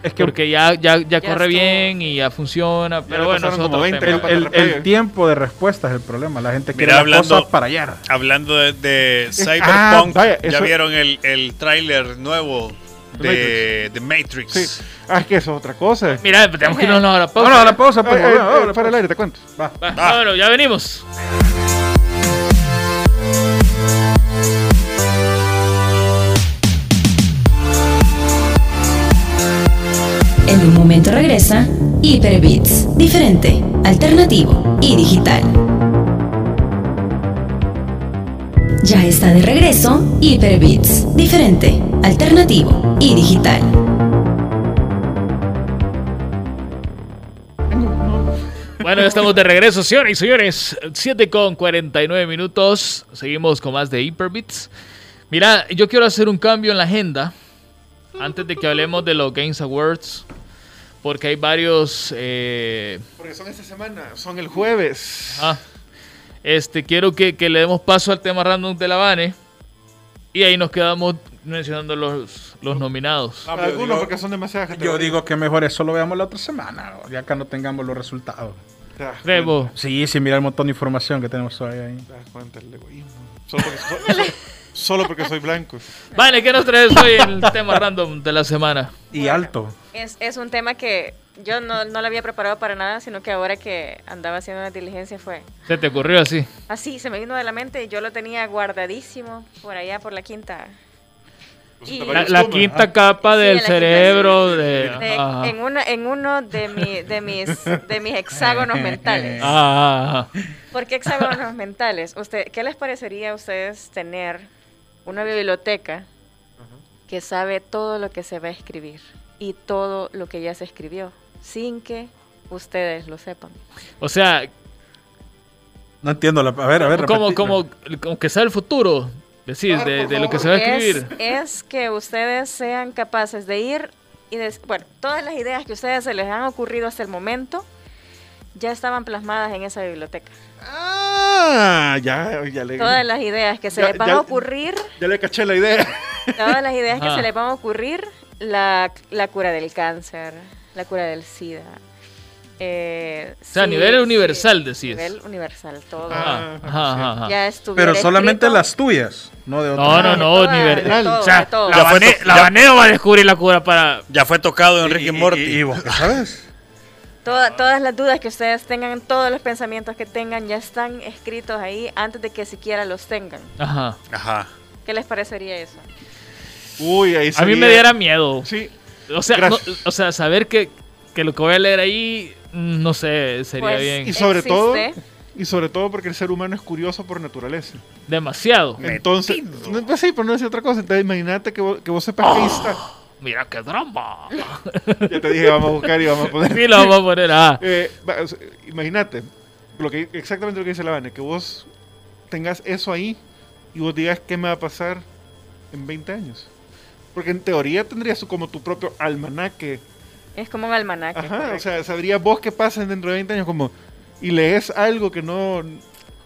Speaker 5: Es que
Speaker 2: Porque ya, ya, ya, corre
Speaker 4: estuvo.
Speaker 2: bien y ya funciona. Pero
Speaker 3: le
Speaker 2: bueno,
Speaker 3: pasaron
Speaker 2: eso es
Speaker 3: como
Speaker 2: otro
Speaker 3: 20
Speaker 2: tema.
Speaker 5: el, el- el tiempo de respuesta es el problema. La gente quiere
Speaker 6: Mira,
Speaker 5: las
Speaker 6: hablando-
Speaker 5: cosas para ayer.
Speaker 6: Hablando de, de Cyberpunk,
Speaker 3: vaya,
Speaker 6: ya
Speaker 3: eso-
Speaker 6: vieron el, el tráiler nuevo de The Matrix.
Speaker 3: Sí. Ah, es que eso es otra cosa. Eh,
Speaker 2: Mira, tenemos que irnos a la pausa.
Speaker 5: Vamos a la pausa,
Speaker 3: Ay,
Speaker 5: pues,
Speaker 3: ay,
Speaker 5: vamos a
Speaker 3: ay, para
Speaker 5: la
Speaker 3: el
Speaker 5: pausa.
Speaker 3: aire, te cuento.
Speaker 5: Va.
Speaker 2: Va, vámonos, ya venimos.
Speaker 1: En un momento regresa Hyperbits, diferente, alternativo y digital. Ya está de regreso Hyperbits, diferente, alternativo y digital.
Speaker 2: Bueno, ya estamos de regreso, señores y señores. 7 con 49 minutos. Seguimos con más de Hyperbits. Mira, yo quiero hacer un cambio en la agenda antes de que hablemos de los Games Awards. Porque hay varios. eh,
Speaker 3: Porque son esta semana, son el jueves.
Speaker 2: ah, este, quiero que, que le demos paso al tema random de la Vane. Y ahí nos quedamos mencionando los, los nominados.
Speaker 5: Ah, pero
Speaker 3: Algunos
Speaker 5: digo-
Speaker 3: porque son demasiadas
Speaker 5: Yo
Speaker 3: categorías.
Speaker 5: digo que mejor eso lo veamos la otra semana, ya que no tengamos los resultados.
Speaker 3: Te das cuenta,
Speaker 2: Rebo.
Speaker 5: Sí, sí, mira el montón de información que tenemos hoy ahí.
Speaker 3: te das cuenta el egoísmo. Solo porque, so- so- solo porque soy blanco.
Speaker 2: Vale, ¿qué nos traes hoy en el tema random de la semana?
Speaker 5: Y alto.
Speaker 4: Es, es un tema que yo no, no lo había preparado para nada, sino que ahora que andaba haciendo una diligencia fue
Speaker 2: ¿Se te ocurrió así?
Speaker 4: así, se me vino de la mente y yo lo tenía guardadísimo por allá por la quinta. Y-
Speaker 2: La,
Speaker 3: Varios
Speaker 2: la
Speaker 3: tomas,
Speaker 2: quinta capa
Speaker 4: Sí,
Speaker 2: del
Speaker 4: la quinta-
Speaker 2: cerebro. de- Ah.
Speaker 4: de-
Speaker 2: ajá.
Speaker 4: en, una, en uno de, mi- de, mis, de mis hexágonos mentales.
Speaker 2: Ah, ah, ah.
Speaker 4: ¿Por qué hexágonos mentales? Usted, ¿Qué les parecería a ustedes tener una biblioteca que sabe todo lo que se va a escribir y todo lo que ya se escribió sin que ustedes lo sepan?
Speaker 2: O sea,
Speaker 5: No entiendo la. A ver, a ver.
Speaker 2: como,
Speaker 5: repetí-
Speaker 2: como, como que sea el futuro, decir, de, de lo que se va a
Speaker 4: Es,
Speaker 2: escribir.
Speaker 4: es que ustedes sean capaces de ir y de, bueno, todas las ideas que ustedes se les han ocurrido hasta el momento ya estaban plasmadas en esa biblioteca.
Speaker 3: Ah, ya, ya le,
Speaker 4: Todas las ideas que se
Speaker 3: Ya-
Speaker 4: les van
Speaker 3: ya-
Speaker 4: a ocurrir
Speaker 3: ya le caché la idea.
Speaker 4: Todas las ideas que
Speaker 2: Ajá.
Speaker 4: se les van a ocurrir, la, la cura del cáncer, la cura del SIDA. eh,
Speaker 2: sea, a nivel universal, decís.
Speaker 4: A nivel universal, todo.
Speaker 2: Ajá,
Speaker 3: Ah,
Speaker 2: ajá, ajá, ajá.
Speaker 4: Ya estuviera
Speaker 5: Pero solamente
Speaker 4: escrito.
Speaker 5: las tuyas, no de
Speaker 2: No, no,
Speaker 5: otras.
Speaker 2: no,
Speaker 4: todas,
Speaker 2: nivel.
Speaker 4: de todo,
Speaker 2: o sea,
Speaker 4: de todo.
Speaker 2: la,
Speaker 6: Ya
Speaker 2: Vane-
Speaker 6: pasó,
Speaker 2: la
Speaker 6: ya-
Speaker 2: Vaneo va a descubrir la cura para.
Speaker 6: Ya fue tocado en Rick
Speaker 5: Y-
Speaker 6: and Morty.
Speaker 5: Y, y vos, ¿qué ¿sabes?
Speaker 4: Toda- todas las dudas que ustedes tengan, todos los pensamientos que tengan, ya están escritos ahí antes de que siquiera los tengan.
Speaker 2: Ajá.
Speaker 6: Ajá.
Speaker 4: ¿Qué les parecería eso?
Speaker 3: Uy, ahí
Speaker 2: A mí me
Speaker 3: sería-
Speaker 2: diera miedo.
Speaker 3: Sí,
Speaker 2: O sea, no-
Speaker 3: gracias.
Speaker 2: o sea saber que, que lo que voy a leer ahí, mm, no sé, sería
Speaker 4: Pues,
Speaker 2: bien.
Speaker 3: y sobre
Speaker 4: Existe.
Speaker 3: todo. Y sobre todo porque el ser humano es curioso por naturaleza.
Speaker 2: Demasiado.
Speaker 3: Entonces,
Speaker 6: Metido.
Speaker 3: no, pues sí, pero no decía otra cosa. Entonces, imagínate que vos, que vos sepas que ahí está.
Speaker 2: Mira qué drama.
Speaker 3: Ya te dije, vamos a buscar y vamos a poner.
Speaker 2: Sí, lo vamos a poner. Ah,
Speaker 3: Eh, va, o sea, imagínate, lo que, exactamente lo que dice la Vane, que vos tengas eso ahí y vos digas qué me va a pasar en 20 años. Porque en teoría tendrías tú como tu propio almanaque.
Speaker 4: Es como un almanaque.
Speaker 3: Ajá, o
Speaker 4: correcto.
Speaker 3: sea, sabrías vos qué pasa dentro de 20 años como... Y lees algo que no...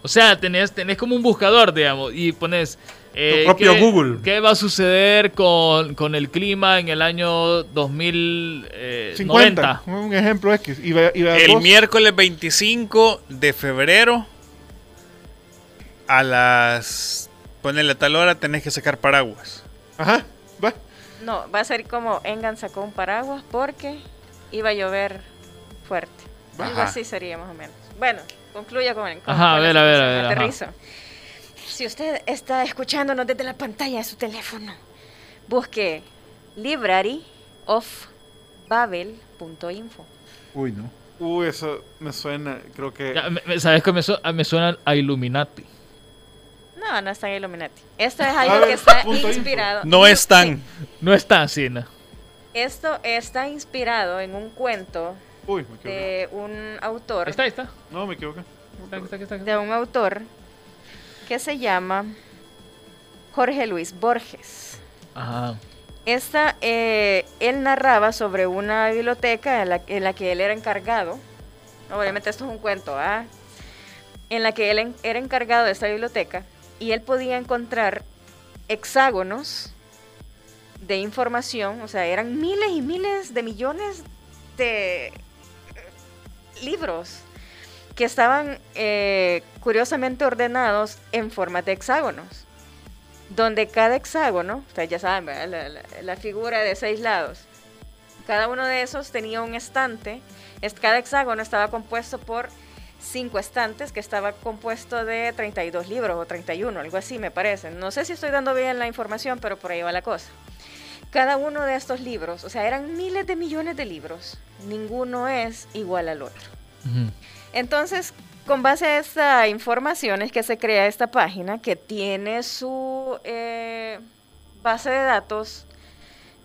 Speaker 2: O sea, tenés, tenés como un buscador, digamos, y pones... eh,
Speaker 5: propio
Speaker 2: ¿qué-
Speaker 5: Google.
Speaker 2: ¿Qué va a suceder con, con el clima en el año eh, 2090?
Speaker 3: 50. Un ejemplo X. Y ve- y veas
Speaker 6: El
Speaker 3: vos-
Speaker 6: miércoles 25 de febrero a las... Ponele a tal hora tenés que sacar paraguas.
Speaker 3: Ajá, va.
Speaker 4: No, va a ser como Engan sacó un paraguas porque iba a llover fuerte. Algo
Speaker 6: Ajá.
Speaker 4: así sería más o menos. Bueno, concluyo con el. con-
Speaker 2: Ajá, a
Speaker 4: con la
Speaker 2: ver, a ver, a ver,
Speaker 4: situación.
Speaker 2: ajá.
Speaker 4: Aterrizo. Si usted está escuchándonos desde la pantalla de su teléfono, busque libraryofbabel.info.
Speaker 5: Uy, no.
Speaker 3: Uy, Uh, eso me suena, creo que...
Speaker 2: Ya, me- me- ¿Sabes qué me, su- me suena a Illuminati?
Speaker 4: No, no está en Illuminati. Esto es algo que está
Speaker 3: Punto info.
Speaker 4: inspirado.
Speaker 6: No es tan...
Speaker 2: No está así, ¿no?
Speaker 4: Esto está inspirado en un cuento
Speaker 3: Uy, me equivoqué.
Speaker 4: de un autor.
Speaker 6: Este
Speaker 2: Está, está.
Speaker 3: No, me equivoqué.
Speaker 2: Está, está, está, está.
Speaker 4: de un autor que se llama Jorge Luis Borges.
Speaker 2: Ajá.
Speaker 4: Esta, eh, él narraba sobre una biblioteca en la, en la que él era encargado. Obviamente esto es un cuento, ¿ah? En la que él en- era encargado de esta biblioteca y él podía encontrar hexágonos de información, o sea, eran miles y miles de millones de eh, libros que estaban eh, curiosamente ordenados en forma de hexágonos donde cada hexágono, ustedes ya saben, ¿verdad? La, la- la figura de seis lados, cada uno de esos tenía un estante, Es- cada hexágono estaba compuesto por cinco estantes, que estaba compuesto de 32 libros o 31, algo así me parece. No sé si estoy dando bien la información, pero por ahí va la cosa. Cada uno de estos libros, o sea, eran miles de millones de libros, ninguno es igual al otro.
Speaker 2: Ujú.
Speaker 4: Entonces, con base a esta información es que se crea esta página que tiene su eh, base de datos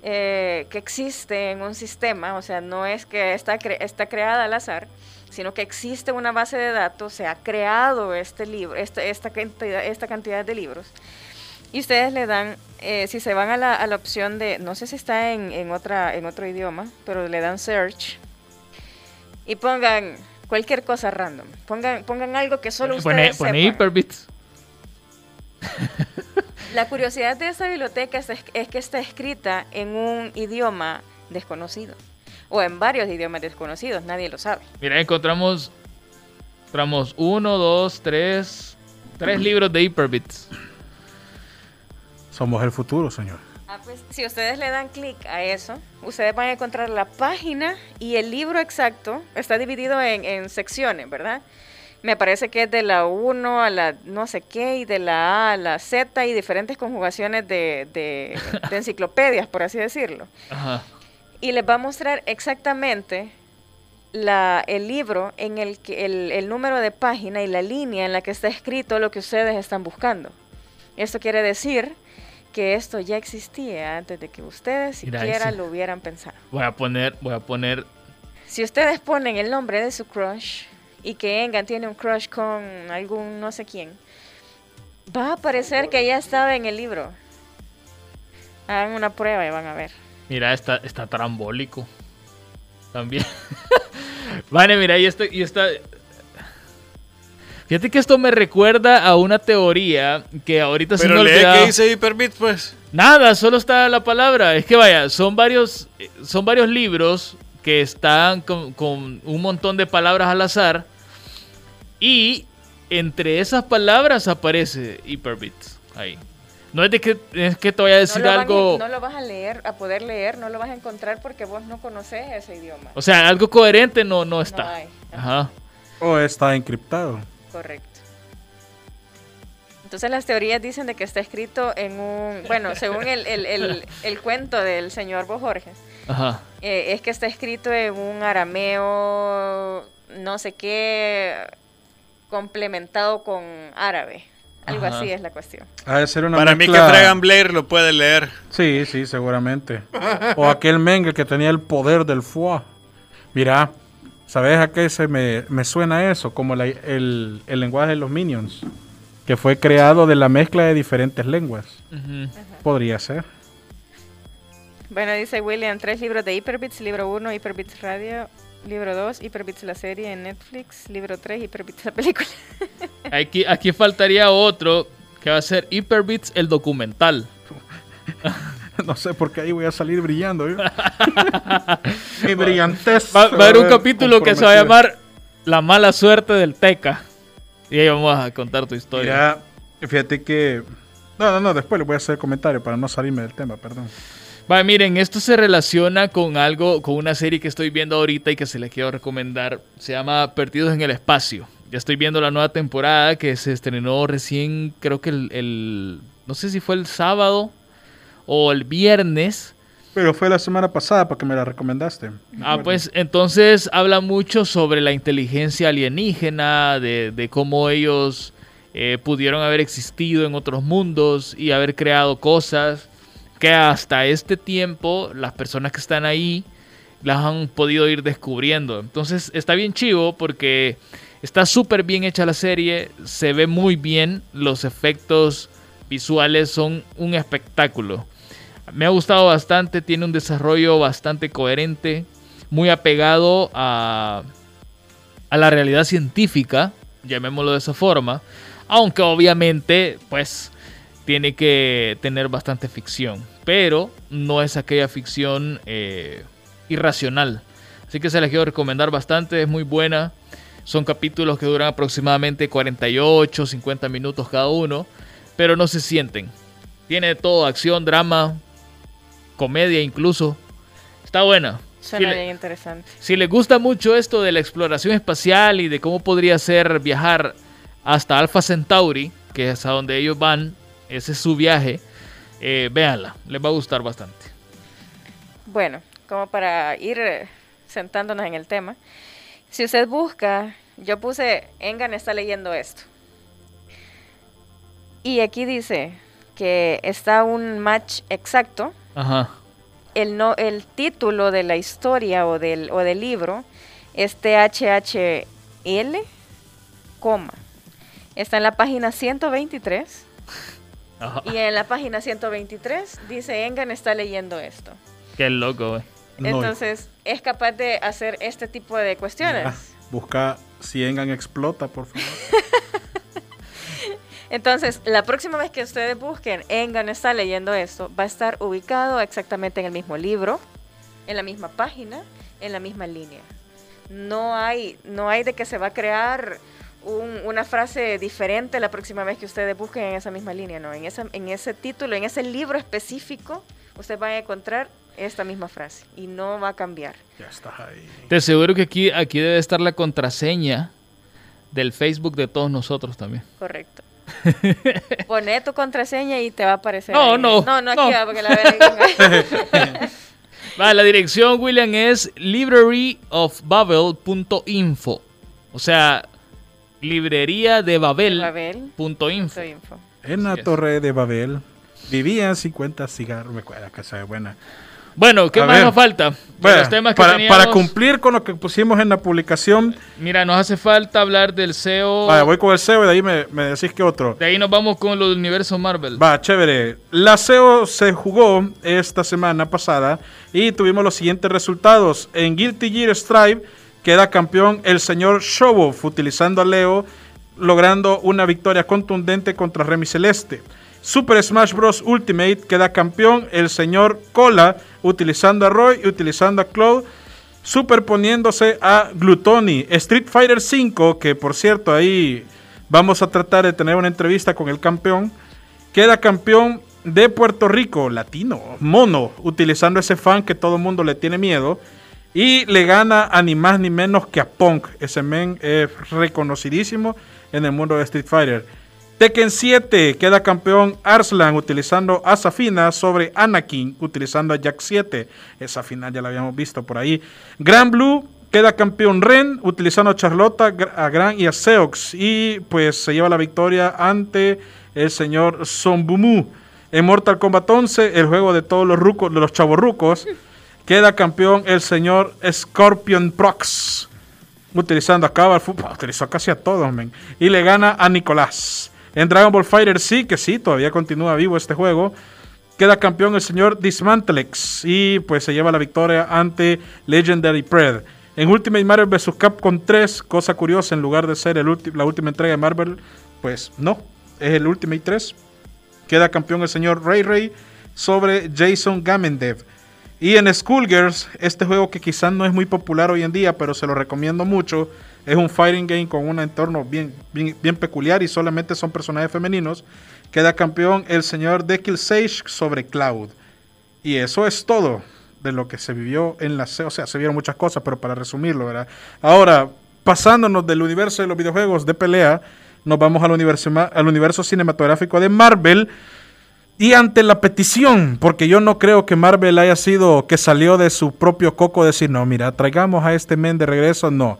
Speaker 4: eh, que existe en un sistema, o sea, no es que está, cre- está creada al azar, sino que existe una base de datos, se ha creado este libro, este- esta, cantidad, esta cantidad de libros. Y ustedes le dan, eh, si se van a la, a la opción de, no sé si está en, en otra, en otro idioma, pero le dan search y pongan cualquier cosa random. Pongan, pongan algo que solo
Speaker 2: Pone,
Speaker 4: ustedes
Speaker 2: pone
Speaker 4: sepan.
Speaker 2: Hyperbits.
Speaker 4: La curiosidad de esta biblioteca es, es que está escrita en un idioma desconocido o en varios idiomas desconocidos, nadie lo sabe.
Speaker 2: Mira, encontramos. Encontramos uno, dos, tres. Tres libros de Hyperbits.
Speaker 5: Somos el futuro, señor.
Speaker 4: Ah, pues, si ustedes le dan clic a eso, ustedes van a encontrar la página y el libro exacto. Está dividido en, en secciones, ¿verdad? Me parece que es de la 1 a la no sé qué y de la A a la Z y diferentes conjugaciones de, de- de enciclopedias, por así decirlo.
Speaker 2: Ajá.
Speaker 4: Y les va a mostrar exactamente la, el libro, en el, que, el, el número de página y la línea en la que está escrito lo que ustedes están buscando. Esto quiere decir que esto ya existía antes de que ustedes
Speaker 2: Mira,
Speaker 4: siquiera
Speaker 2: ese-
Speaker 4: lo hubieran pensado.
Speaker 2: Voy a poner. Voy a poner.
Speaker 4: Si ustedes ponen el nombre de su crush y que Engan tiene un crush con algún no sé quién, va a aparecer que ya estaba en el libro. Hagan una prueba y van a ver.
Speaker 2: Mira, está, está trambólico. También. vale, mira, y esta, y esta. Fíjate que esto me recuerda a una teoría que ahorita se me
Speaker 6: Pero lee
Speaker 2: olvidaba.
Speaker 6: que dice Hyperbit, pues.
Speaker 2: Nada, solo está la palabra. Es que vaya, son varios, eh, son varios libros que están con, con un montón de palabras al azar. Y entre esas palabras aparece Hyperbits. Ahí. No es de que, es que te voy a decir
Speaker 4: no lo van-
Speaker 2: algo.
Speaker 4: no lo vas a leer, a poder leer, no lo vas a encontrar porque vos no conoces ese idioma.
Speaker 2: O sea, algo coherente no, no está.
Speaker 4: hay.
Speaker 2: Ajá.
Speaker 5: O está encriptado.
Speaker 4: Correcto. Entonces las teorías dicen de que está escrito en un... Bueno, según el, el- el- el cuento del señor Bojorges,
Speaker 2: Ajá.
Speaker 4: eh, es que está escrito en un arameo, no sé qué, complementado con árabe. Algo
Speaker 2: Ajá.
Speaker 4: así es la cuestión.
Speaker 5: Ha de ser una
Speaker 6: Para mí que
Speaker 5: mezcla-
Speaker 6: Dragon Blair lo puede leer.
Speaker 5: Sí, sí, seguramente. O aquel Mengel que tenía el poder del foie. Mira, ¿sabes a qué se me, me suena eso? Como la- el, el lenguaje de los minions. que fue creado de la mezcla de diferentes lenguas.
Speaker 2: Ujú.
Speaker 5: Podría ser.
Speaker 4: Bueno, dice William, tres libros de Hyperbits, libro 1, Hyperbits Radio, libro 2, Hyperbits la serie en Netflix, libro 3, Hyperbits la película.
Speaker 2: Aquí, aquí faltaría otro que va a ser Hyperbits el documental.
Speaker 5: No sé por qué ahí voy a salir brillando. ¿eh? yo. Mi brillantez.
Speaker 2: Va, va a haber un
Speaker 5: ver,
Speaker 2: capítulo que se va a
Speaker 5: comprometida.
Speaker 2: llamar La mala suerte del Teca. Y ahí vamos a contar tu historia.
Speaker 5: Mira, fíjate que. No, no, no, después le voy a hacer comentario para no salirme del tema, perdón.
Speaker 2: Va, miren, esto se relaciona con algo, con una serie que estoy viendo ahorita y que se les quiero recomendar. Se llama Perdidos en el Espacio. Ya estoy viendo la nueva temporada que se estrenó recién, creo que el, el- no sé si fue el sábado o el viernes.
Speaker 5: Pero fue la semana pasada porque me la recomendaste.
Speaker 2: Ah, pues entonces habla mucho sobre la inteligencia alienígena, de, de cómo ellos eh, pudieron haber existido en otros mundos y haber creado cosas que hasta este tiempo las personas que están ahí las han podido ir descubriendo. Entonces está bien chivo porque está súper bien hecha la serie, se ve muy bien, los efectos visuales son un espectáculo. Me ha gustado bastante, tiene un desarrollo bastante coherente, muy apegado a, a la realidad científica, llamémoslo de esa forma, aunque obviamente pues tiene que tener bastante ficción, pero no es aquella ficción eh, irracional. Así que se las quiero recomendar bastante, es muy buena. Son capítulos que duran aproximadamente 48, 50 minutos cada uno, pero no se sienten. Tiene de todo, acción, drama, comedia incluso. Está buena.
Speaker 4: Suena
Speaker 2: Sí, le-
Speaker 4: bien interesante.
Speaker 2: si les gusta mucho esto de la exploración espacial y de cómo podría ser viajar hasta Alpha Centauri, que es a donde ellos van, ese es su viaje, eh, véanla, les va a gustar bastante.
Speaker 4: Bueno, como para ir eh, sentándonos en el tema, si usted busca, yo puse, Engan está leyendo esto. Y aquí dice que está un match exacto.
Speaker 2: Ajá.
Speaker 4: El, no, el título de la historia o del, o del libro es THHL, coma. Está en la página 123.
Speaker 2: Ajá.
Speaker 4: Y en la página 123 dice Engan está leyendo esto.
Speaker 2: Qué loco, güey.
Speaker 5: No,
Speaker 4: Entonces, es capaz de hacer este tipo de cuestiones.
Speaker 5: ah, busca si Engan explota, por favor.
Speaker 4: Entonces, la próxima vez que ustedes busquen Engan está leyendo esto, va a estar ubicado exactamente en el mismo libro, en la misma página, en la misma línea. No hay, no hay de que se va a crear un- una frase diferente la próxima vez que ustedes busquen en esa misma línea, no, en, esa, en ese título, en ese libro específico, ustedes van a encontrar esta misma frase y no va a cambiar.
Speaker 5: Ya estás ahí.
Speaker 2: Te aseguro que aquí, aquí debe estar la contraseña del Facebook de todos nosotros también.
Speaker 4: Correcto. Poné tu contraseña y te va a aparecer.
Speaker 2: No,
Speaker 4: ahí.
Speaker 2: no,
Speaker 4: No, no, aquí
Speaker 2: no.
Speaker 4: va, porque la verdad
Speaker 2: Va, la dirección, William, es libraryofbabel.info. O sea, librería de
Speaker 4: es
Speaker 2: Babel.
Speaker 4: Babel.
Speaker 2: punto info.
Speaker 4: punto info.
Speaker 5: En la
Speaker 2: Así es.
Speaker 5: torre de Babel vivían 50 cigarros. Me acuerdo que se ve buena.
Speaker 2: Bueno, ¿qué
Speaker 5: A
Speaker 2: más
Speaker 5: ver.
Speaker 2: nos falta? De
Speaker 5: Bueno,
Speaker 2: los temas que
Speaker 5: para,
Speaker 2: teníamos,
Speaker 5: para cumplir con lo que pusimos en la publicación,
Speaker 2: Mira, nos hace falta hablar del SEO.
Speaker 5: vaya, voy con el SEO y de ahí me, me decís que otro.
Speaker 2: De ahí nos vamos con los universo Marvel.
Speaker 5: Va, chévere. La SEO se jugó esta semana pasada y tuvimos los siguientes resultados. En Guilty Gear Strive queda campeón el señor Shoboff utilizando a Leo, logrando una victoria contundente contra Remy Celeste. Super Smash Bros. Ultimate queda campeón el señor Cola utilizando a Roy y utilizando a Cloud superponiéndose a Glutoni. Street Fighter V, que por cierto ahí vamos a tratar de tener una entrevista con el campeón, queda campeón de Puerto Rico, latino, mono, utilizando ese fan que todo el mundo le tiene miedo. Y le gana a ni más ni menos que a Punk. Ese men es reconocidísimo en el mundo de Street Fighter. Tekken 7 queda campeón Arslan utilizando a Safina sobre Anakin utilizando a Jack 7. Esa final ya la habíamos visto por ahí. Gran Blue queda campeón Ren utilizando a Charlotta, Gr- a Gran y a Seox. Y pues se lleva la victoria ante el señor Sombumu. En Mortal Kombat 11, el juego de todos los rucos, de los chavorrucos, queda campeón el señor Scorpion Prox utilizando acá al fútbol, utilizó casi a todos, men. Y le gana a Nicolás. En Dragon Ball Fighter sí, que sí, todavía continúa vivo este juego. Queda campeón el señor Dismantlex y pues se lleva la victoria ante Legendary Pred. En Ultimate Marvel vs. Capcom 3, cosa curiosa, en lugar de ser el ulti- la última entrega de Marvel, pues no, es el Ultimate 3. Queda campeón el señor Ray Ray sobre Jason Gamendev. Y en Schoolgirls, este juego que quizás no es muy popular hoy en día, pero se lo recomiendo mucho. Es un fighting game con un entorno bien, bien, bien peculiar y solamente son personajes femeninos. Queda campeón el señor Dekil Sage sobre Cloud. Y eso es todo de lo que se vivió en la... se- O sea, se vieron muchas cosas, pero para resumirlo, ¿verdad? Ahora, pasándonos del universo de los videojuegos de pelea, nos vamos al universo, ma- al universo cinematográfico de Marvel. Y ante la petición, porque yo no creo que Marvel haya sido que salió de su propio coco decir, no, mira, traigamos a este men de regreso, no.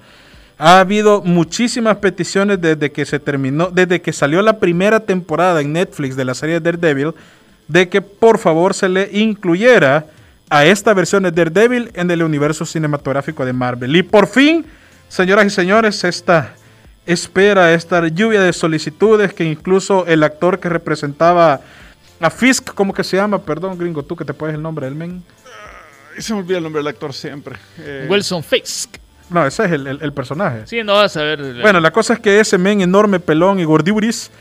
Speaker 5: Ha habido muchísimas peticiones desde que se terminó, desde que salió la primera temporada en Netflix de la serie Daredevil, de que por favor se le incluyera a esta versión de Daredevil en el universo cinematográfico de Marvel. Y por fin, señoras y señores, esta espera, esta lluvia de solicitudes que incluso el actor que representaba a Fisk, ¿cómo que se llama? Perdón, gringo, tú que te puedes el nombre del men.
Speaker 3: Y se me olvida el nombre del actor siempre. Eh,
Speaker 2: Wilson Fisk.
Speaker 5: No, ese es el, el- el personaje.
Speaker 2: Sí, no vas a ver.
Speaker 5: Bueno, la cosa es que ese men enorme, pelón y gordiburis,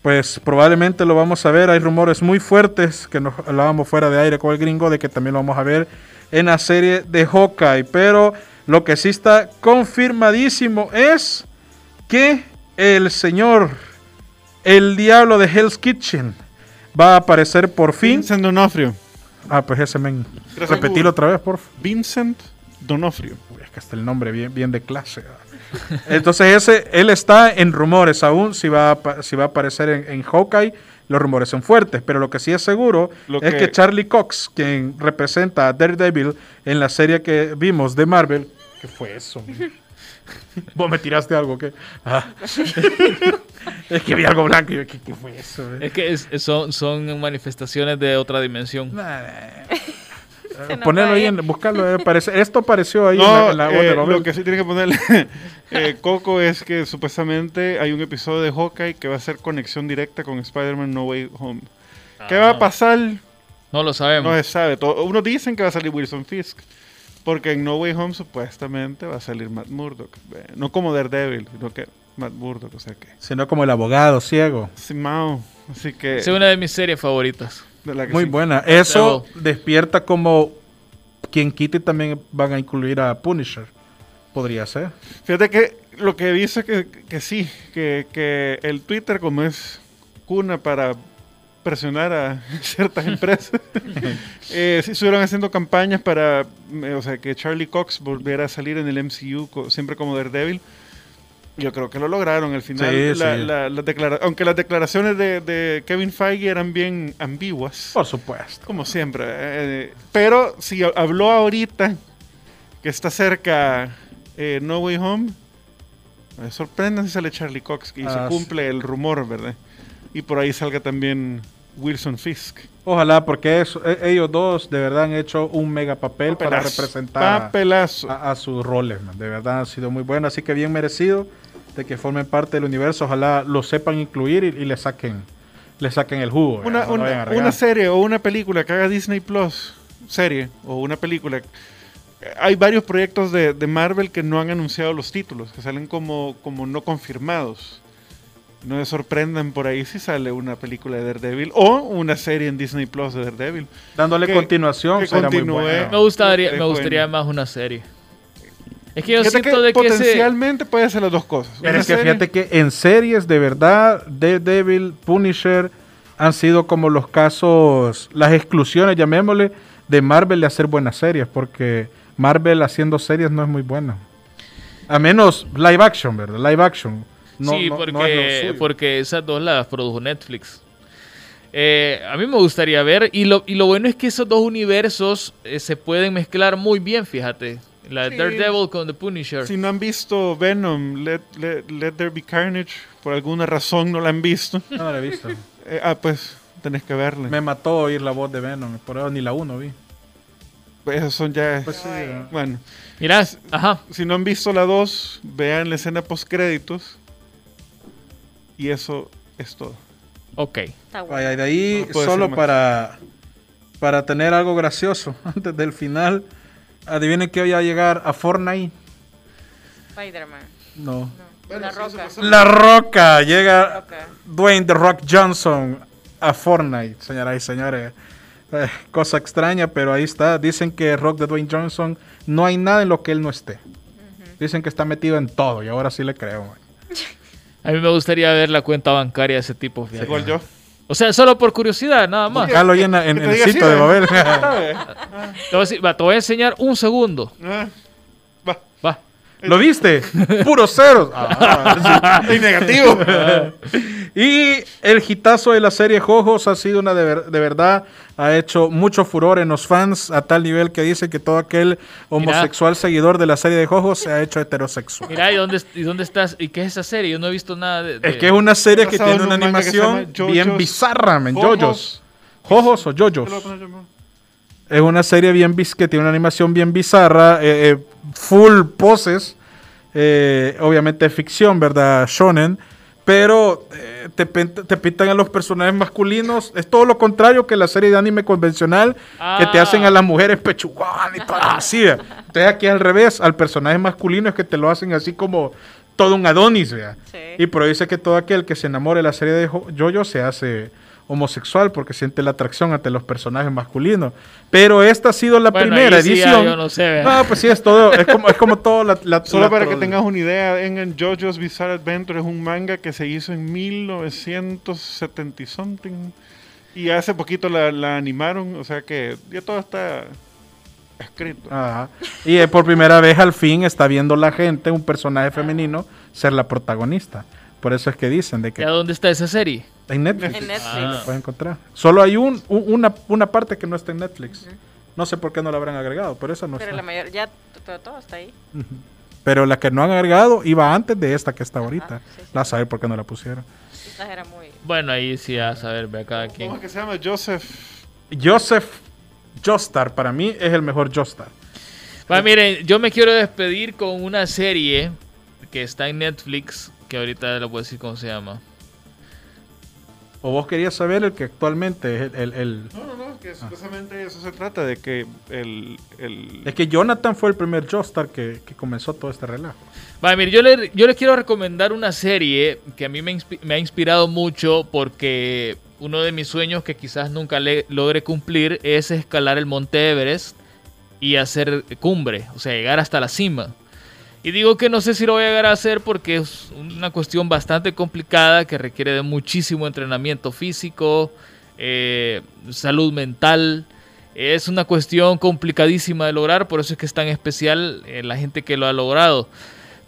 Speaker 5: pues probablemente lo vamos a ver. Hay rumores muy fuertes que nos hablábamos fuera de aire con el gringo de que también lo vamos a ver en la serie de Hawkeye. Pero lo que sí está confirmadísimo es que el señor, el diablo de Hell's Kitchen, va a aparecer por fin.
Speaker 3: Vincent Donofrio.
Speaker 5: Ah, pues ese men.
Speaker 3: Gracias,
Speaker 5: Repetilo
Speaker 3: Hugo.
Speaker 5: otra vez, por favor.
Speaker 3: Vincent Donofrio.
Speaker 5: Uy, es que hasta el nombre bien, bien de clase. ¿verdad? Entonces ese, él está en rumores aún, si va a, apa- si va a aparecer en, en Hawkeye, los rumores son fuertes, pero lo que sí es seguro
Speaker 3: Lo
Speaker 5: es que
Speaker 3: que-
Speaker 5: Charlie Cox, quien representa a Daredevil en la serie que vimos de Marvel, ¿qué fue eso? man? Vos me tiraste algo, ¿qué? Ah. es que vi algo blanco y yo, ¿qué, qué fue eso? eh? man?
Speaker 2: Es que es- es- son, son manifestaciones de otra dimensión.
Speaker 5: Nah, nah.
Speaker 4: Se nos
Speaker 5: Ponerlo
Speaker 4: va
Speaker 5: ahí,
Speaker 4: bien.
Speaker 5: en- buscarlo. eh, parece- esto apareció ahí
Speaker 3: No,
Speaker 5: en la, en la voz de
Speaker 3: eh,
Speaker 5: Babel.
Speaker 3: lo que sí tiene que ponerle eh, Coco es que supuestamente hay un episodio de Hawkeye que va a ser conexión directa con Spider-Man No Way Home. ¿Qué va a pasar?
Speaker 2: No lo sabemos.
Speaker 3: No se sabe. Todo, unos dicen que va a salir Wilson Fisk. Porque en No Way Home supuestamente va a salir Matt Murdock. Eh, No como Daredevil, sino que Matt Murdock. O sea que.
Speaker 5: Sino como el abogado ciego.
Speaker 3: Sí, Mao. Así que.
Speaker 2: es una de mis series favoritas.
Speaker 3: de la que
Speaker 5: Muy
Speaker 3: sí.
Speaker 5: buena. Eso despierta como quien quite también van a incluir a Punisher. Podría ser.
Speaker 3: Fíjate que lo que dice que, que sí, que, que el Twitter como es cuna para presionar a ciertas empresas, eh, sí estuvieron haciendo campañas para, eh, o sea, que Charlie Cox volviera a salir en el MCU co- siempre como Daredevil. Yo creo que lo lograron al final.
Speaker 5: Sí,
Speaker 3: la-
Speaker 5: sí.
Speaker 3: la- las declara- aunque las declaraciones de, de Kevin Feige eran bien ambiguas.
Speaker 5: Por supuesto.
Speaker 3: Como siempre. eh, pero si ha- habló ahorita que está cerca eh, No Way Home, eh, sorprendan si sale Charlie Cox y
Speaker 5: Ah,
Speaker 3: se cumple el rumor, ¿verdad? Y por ahí salga también Wilson Fisk.
Speaker 5: Ojalá, porque eso- e- ellos dos de verdad han hecho un mega papel para
Speaker 3: Papelazo,
Speaker 5: representar a-
Speaker 3: Papelazo.
Speaker 5: a, a sus roles. man. De verdad han sido muy buenos. Así que bien merecido de que formen parte del universo. Ojalá lo sepan incluir y, y le saquen le saquen el jugo. ¿verdad?
Speaker 3: una,
Speaker 5: Pues, No lo
Speaker 3: una-
Speaker 5: vayan a regar.
Speaker 3: una serie o una película que haga Disney Plus, serie o una película. Hay varios proyectos de, de Marvel que no han anunciado los títulos, que salen como, como no confirmados. No se sorprendan por ahí si sale una película de Daredevil o una serie en Disney Plus de Daredevil.
Speaker 5: Dándole
Speaker 3: que-
Speaker 5: continuación.
Speaker 3: que
Speaker 5: será muy
Speaker 3: continúe.
Speaker 5: bueno.
Speaker 2: Me gustaría,
Speaker 3: Es
Speaker 2: me gustaría más una serie. Es que yo
Speaker 3: Fíjate
Speaker 2: siento de que ese...
Speaker 3: potencialmente puede ser las dos cosas.
Speaker 5: Pero
Speaker 3: Una
Speaker 5: es que
Speaker 3: serie-
Speaker 5: fíjate que en series de verdad, Daredevil, Punisher han sido como los casos, las exclusiones, llamémosle, de Marvel de hacer buenas series, porque Marvel haciendo series no es muy buena. A menos live action, ¿verdad? Live action. No,
Speaker 2: sí,
Speaker 5: no- no
Speaker 2: porque,
Speaker 5: es lo suyo.
Speaker 2: porque esas dos las produjo Netflix. Eh, a mí me gustaría ver, y lo, y lo bueno es que esos dos universos eh, se pueden mezclar muy bien, fíjate. La de
Speaker 3: Sí.
Speaker 2: Daredevil con The Punisher.
Speaker 3: Si no han visto Venom, Let, Let- Let There Be Carnage, por alguna razón no la han visto.
Speaker 5: No, no la he visto.
Speaker 3: Eh, ah, pues tenés que verla.
Speaker 5: Me mató oír la voz de Venom, por eso ni la uno vi.
Speaker 3: Esos son ya.
Speaker 5: Pues sí,
Speaker 3: Bueno,
Speaker 2: Mirá, ajá.
Speaker 3: si no han visto la 2, vean la escena post créditos. Y eso Es todo.
Speaker 2: Ok.
Speaker 4: Está bueno.
Speaker 5: Vaya, y de ahí,
Speaker 3: No puedo
Speaker 5: solo
Speaker 3: decir más.
Speaker 5: para, para tener algo gracioso antes del final, adivinen que voy a llegar a Fortnite.
Speaker 4: Spider-Man.
Speaker 5: No.
Speaker 4: No. la roca.
Speaker 5: La Roca llega
Speaker 4: Roca.
Speaker 5: Dwayne The Rock Johnson a Fortnite, señoras y señores. Eh, cosa extraña, pero ahí está. Dicen que Rock de Dwayne Johnson no hay nada en lo que él no esté. Dicen que está metido en todo y ahora sí le creo. man.
Speaker 2: A mí me gustaría ver la cuenta bancaria de ese tipo. fíjate.
Speaker 3: Igual yo.
Speaker 2: O sea, solo por curiosidad, nada más.
Speaker 5: Acá lo llena en
Speaker 3: Que te
Speaker 5: en el
Speaker 3: diga así,
Speaker 5: sitio de
Speaker 3: ¿verdad?
Speaker 5: Babel.
Speaker 2: Te voy, a decir- va, te voy a enseñar un segundo.
Speaker 3: Ah, Va.
Speaker 2: Va.
Speaker 5: ¿Lo viste? Puro ceros. Ah,
Speaker 3: Y negativo.
Speaker 5: sí. y el hitazo de la serie Jojos ha sido una de, ver- de verdad. Ha hecho mucho furor en los fans a tal nivel que dice que todo aquel homosexual seguidor de la serie de Jojos se ha hecho heterosexual.
Speaker 2: Mira, ¿y dónde, ¿y dónde estás? ¿Y qué es esa serie? Yo no he visto nada de... de-
Speaker 5: Es que es una serie que
Speaker 3: Basado
Speaker 5: tiene
Speaker 3: en
Speaker 5: una
Speaker 3: un manga que se
Speaker 5: animación
Speaker 3: llama Jojo's
Speaker 5: bien bizarra, men.
Speaker 3: Jojos.
Speaker 5: Jojos. Jojos o
Speaker 3: Te lo voy a
Speaker 5: Jojos.
Speaker 3: poner yo mismo.
Speaker 5: Es una serie bien biz- que tiene una animación bien bizarra, eh, eh, full poses. eh, obviamente es ficción, ¿verdad? Shonen. Pero eh, te, pen- te pintan a los personajes masculinos. Es todo lo contrario que la serie de anime convencional que te
Speaker 2: Ah.
Speaker 5: hacen a las mujeres pechugón y todo así. vea. Entonces aquí al revés, al personaje masculino es que te lo hacen así como todo un Adonis. vea.
Speaker 4: Sí.
Speaker 5: Y pero dice que todo aquel que se enamore de la serie de Jo- Jojo se hace homosexual porque siente la atracción ante los personajes masculinos. Pero esta ha sido la
Speaker 2: Bueno,
Speaker 5: primera
Speaker 2: ahí sí ya
Speaker 5: edición.
Speaker 2: yo no sé, ¿verdad?
Speaker 5: No, pues sí, es todo. Es como, es como todo la, la-
Speaker 3: Solo
Speaker 5: la
Speaker 3: para que
Speaker 5: trol-
Speaker 3: tengas una idea, en en JoJo's Bizarre Adventure es un manga que se hizo en 1970 y something. Y hace poquito la, la animaron, o sea que ya todo está escrito.
Speaker 5: Ajá. Y eh, por primera vez al fin está viendo la gente, un personaje femenino, ser la protagonista. Por eso es que dicen de
Speaker 2: ¿Y a
Speaker 5: que
Speaker 2: dónde está esa serie?
Speaker 5: en Netflix.
Speaker 4: En Netflix.
Speaker 2: Ah.
Speaker 5: puedes encontrar. Solo hay un, un- una, una parte que no está en Netflix. No sé por qué no la habrán agregado, pero esa no
Speaker 4: Pero
Speaker 5: está.
Speaker 4: la mayor, ya, t- pero todo está ahí.
Speaker 5: Pero la que no han agregado iba antes de esta que está ahorita.
Speaker 4: sí, sí.
Speaker 5: La saber por qué no la pusieron.
Speaker 4: Quizás era muy.
Speaker 2: Bueno, ahí sí a saber, ve a cada quien.
Speaker 3: ¿Cómo es que se llama? Joseph.
Speaker 5: Joseph Jostar, para mí, es el mejor Jostar.
Speaker 2: Va, miren, yo me quiero despedir con una serie que está en Netflix, que ahorita lo puedo decir cómo se llama.
Speaker 5: O vos querías saber el que actualmente es el... el- el-
Speaker 3: No, no, no, que precisamente de eso se trata, de que el... el-
Speaker 5: Es que Jonathan fue el primer Jostar que, que comenzó todo este relajo.
Speaker 2: Va, mire, yo le- yo les quiero recomendar una serie que a mí me, inspi- me ha inspirado mucho porque uno de mis sueños que quizás nunca le- logre cumplir es escalar el Monte Everest y hacer cumbre, o sea, llegar hasta la cima. Y digo que no sé si lo voy a llegar a hacer porque es una cuestión bastante complicada que requiere de muchísimo entrenamiento físico, eh, salud mental. Es una cuestión complicadísima de lograr, por eso es que es tan especial eh, la gente que lo ha logrado.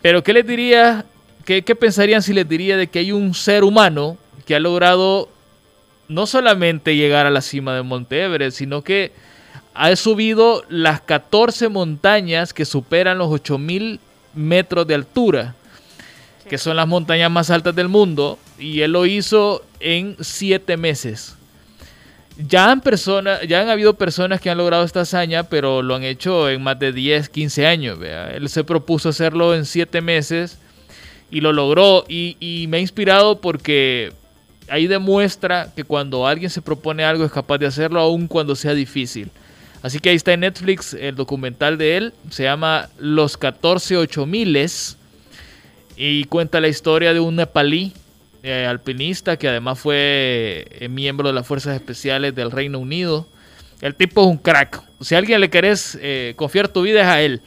Speaker 2: Pero ¿qué les diría? ¿Qué, qué pensarían si les diría de que hay un ser humano que ha logrado no solamente llegar a la cima de Monte Everest, sino que ha subido las 14 montañas que superan los 8000 metros de altura, que son las montañas más altas del mundo, y él lo hizo en 7 meses. Ya han, persona, ya han habido personas que han logrado esta hazaña, pero lo han hecho en más de 10, 15 años. vea. Él se propuso hacerlo en 7 meses y lo logró. Y, y me ha inspirado porque ahí demuestra que cuando alguien se propone algo es capaz de hacerlo, aun cuando sea difícil. Así que ahí está en Netflix el documental de él. Se llama Los 14 8000 y cuenta la historia de un nepalí eh, alpinista que además fue eh, miembro de las Fuerzas Especiales del Reino Unido. El tipo es un crack. Si a alguien le querés eh, confiar tu vida es a él.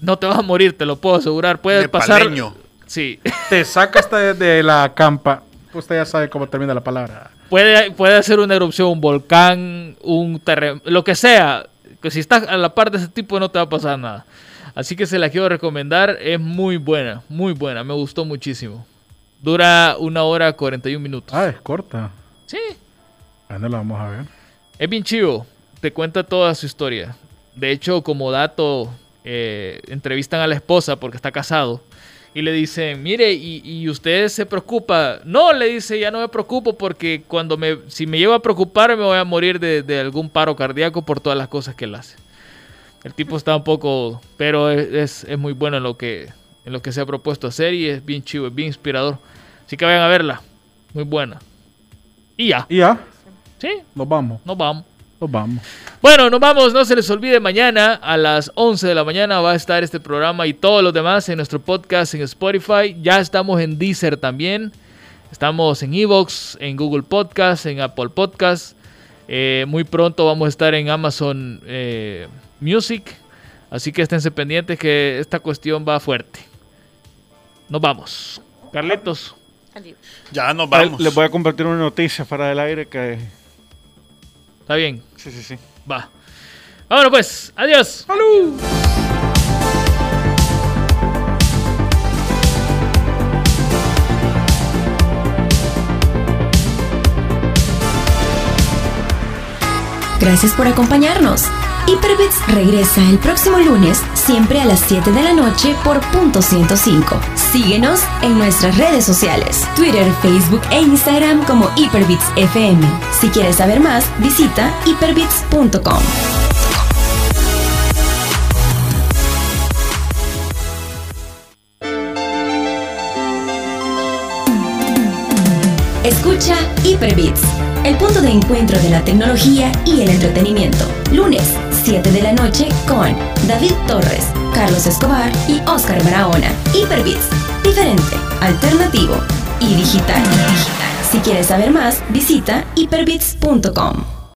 Speaker 2: No te vas a morir, te lo puedo asegurar. Puedes pasar.
Speaker 6: Nepaleño.
Speaker 2: Sí.
Speaker 5: Te saca hasta de, de la campa. Usted ya sabe cómo termina la palabra.
Speaker 2: Puede, puede hacer una erupción, un volcán, un terremoto, lo que sea. Que si estás a la par de ese tipo no te va a pasar nada. Así que se la quiero recomendar. Es muy buena, muy buena. Me gustó muchísimo. Dura una hora 41 minutos.
Speaker 5: Ah, es corta.
Speaker 2: Sí,
Speaker 5: Ahí no la vamos a ver.
Speaker 2: es bien chivo. Te cuenta toda su historia. De hecho, como dato, eh, entrevistan a la esposa porque está casado. Y le dicen, mire, y, y usted se preocupa. No, le dice, ya no me preocupo porque cuando me, si me llevo a preocupar me voy a morir de, de algún paro cardíaco por todas las cosas que él hace. El tipo está un poco, pero es, es- es muy bueno en lo, que, en lo que se ha propuesto hacer y es bien chivo, es bien inspirador. Así que vayan a verla. Muy buena. Y ya.
Speaker 5: Y ya,
Speaker 2: Sí,
Speaker 5: nos vamos,
Speaker 2: nos vamos.
Speaker 5: nos vamos.
Speaker 2: Bueno, nos vamos, no se les olvide, mañana a las 11 de la mañana va a estar este programa y todos los demás en nuestro podcast en Spotify. Ya estamos en Deezer también. Estamos en Evox, en Google Podcast, en Apple Podcast. Eh, muy pronto vamos a estar en Amazon eh, Music. Así que esténse pendientes que esta cuestión va fuerte. Nos vamos. Carletos.
Speaker 4: Adiós.
Speaker 6: Ya nos vamos.
Speaker 3: Les voy a compartir una noticia fuera del aire que...
Speaker 2: ¿Está bien?
Speaker 3: Sí, sí, sí.
Speaker 2: Va. Ahora pues, adiós.
Speaker 1: Gracias por acompañarnos. Hyperbits regresa el próximo lunes, siempre a las 7 de la noche por punto 105. Síguenos en nuestras redes sociales, Twitter, Facebook e Instagram como Hyperbits FM. Si quieres saber más, visita hyperbits.com. Escucha Hyperbits, el punto de encuentro de la tecnología y el entretenimiento. Lunes, 7 de la noche con David Torres, Carlos Escobar y Oscar Barahona. Hyperbits, diferente, alternativo y digital. Si quieres saber más, visita hyperbits.com.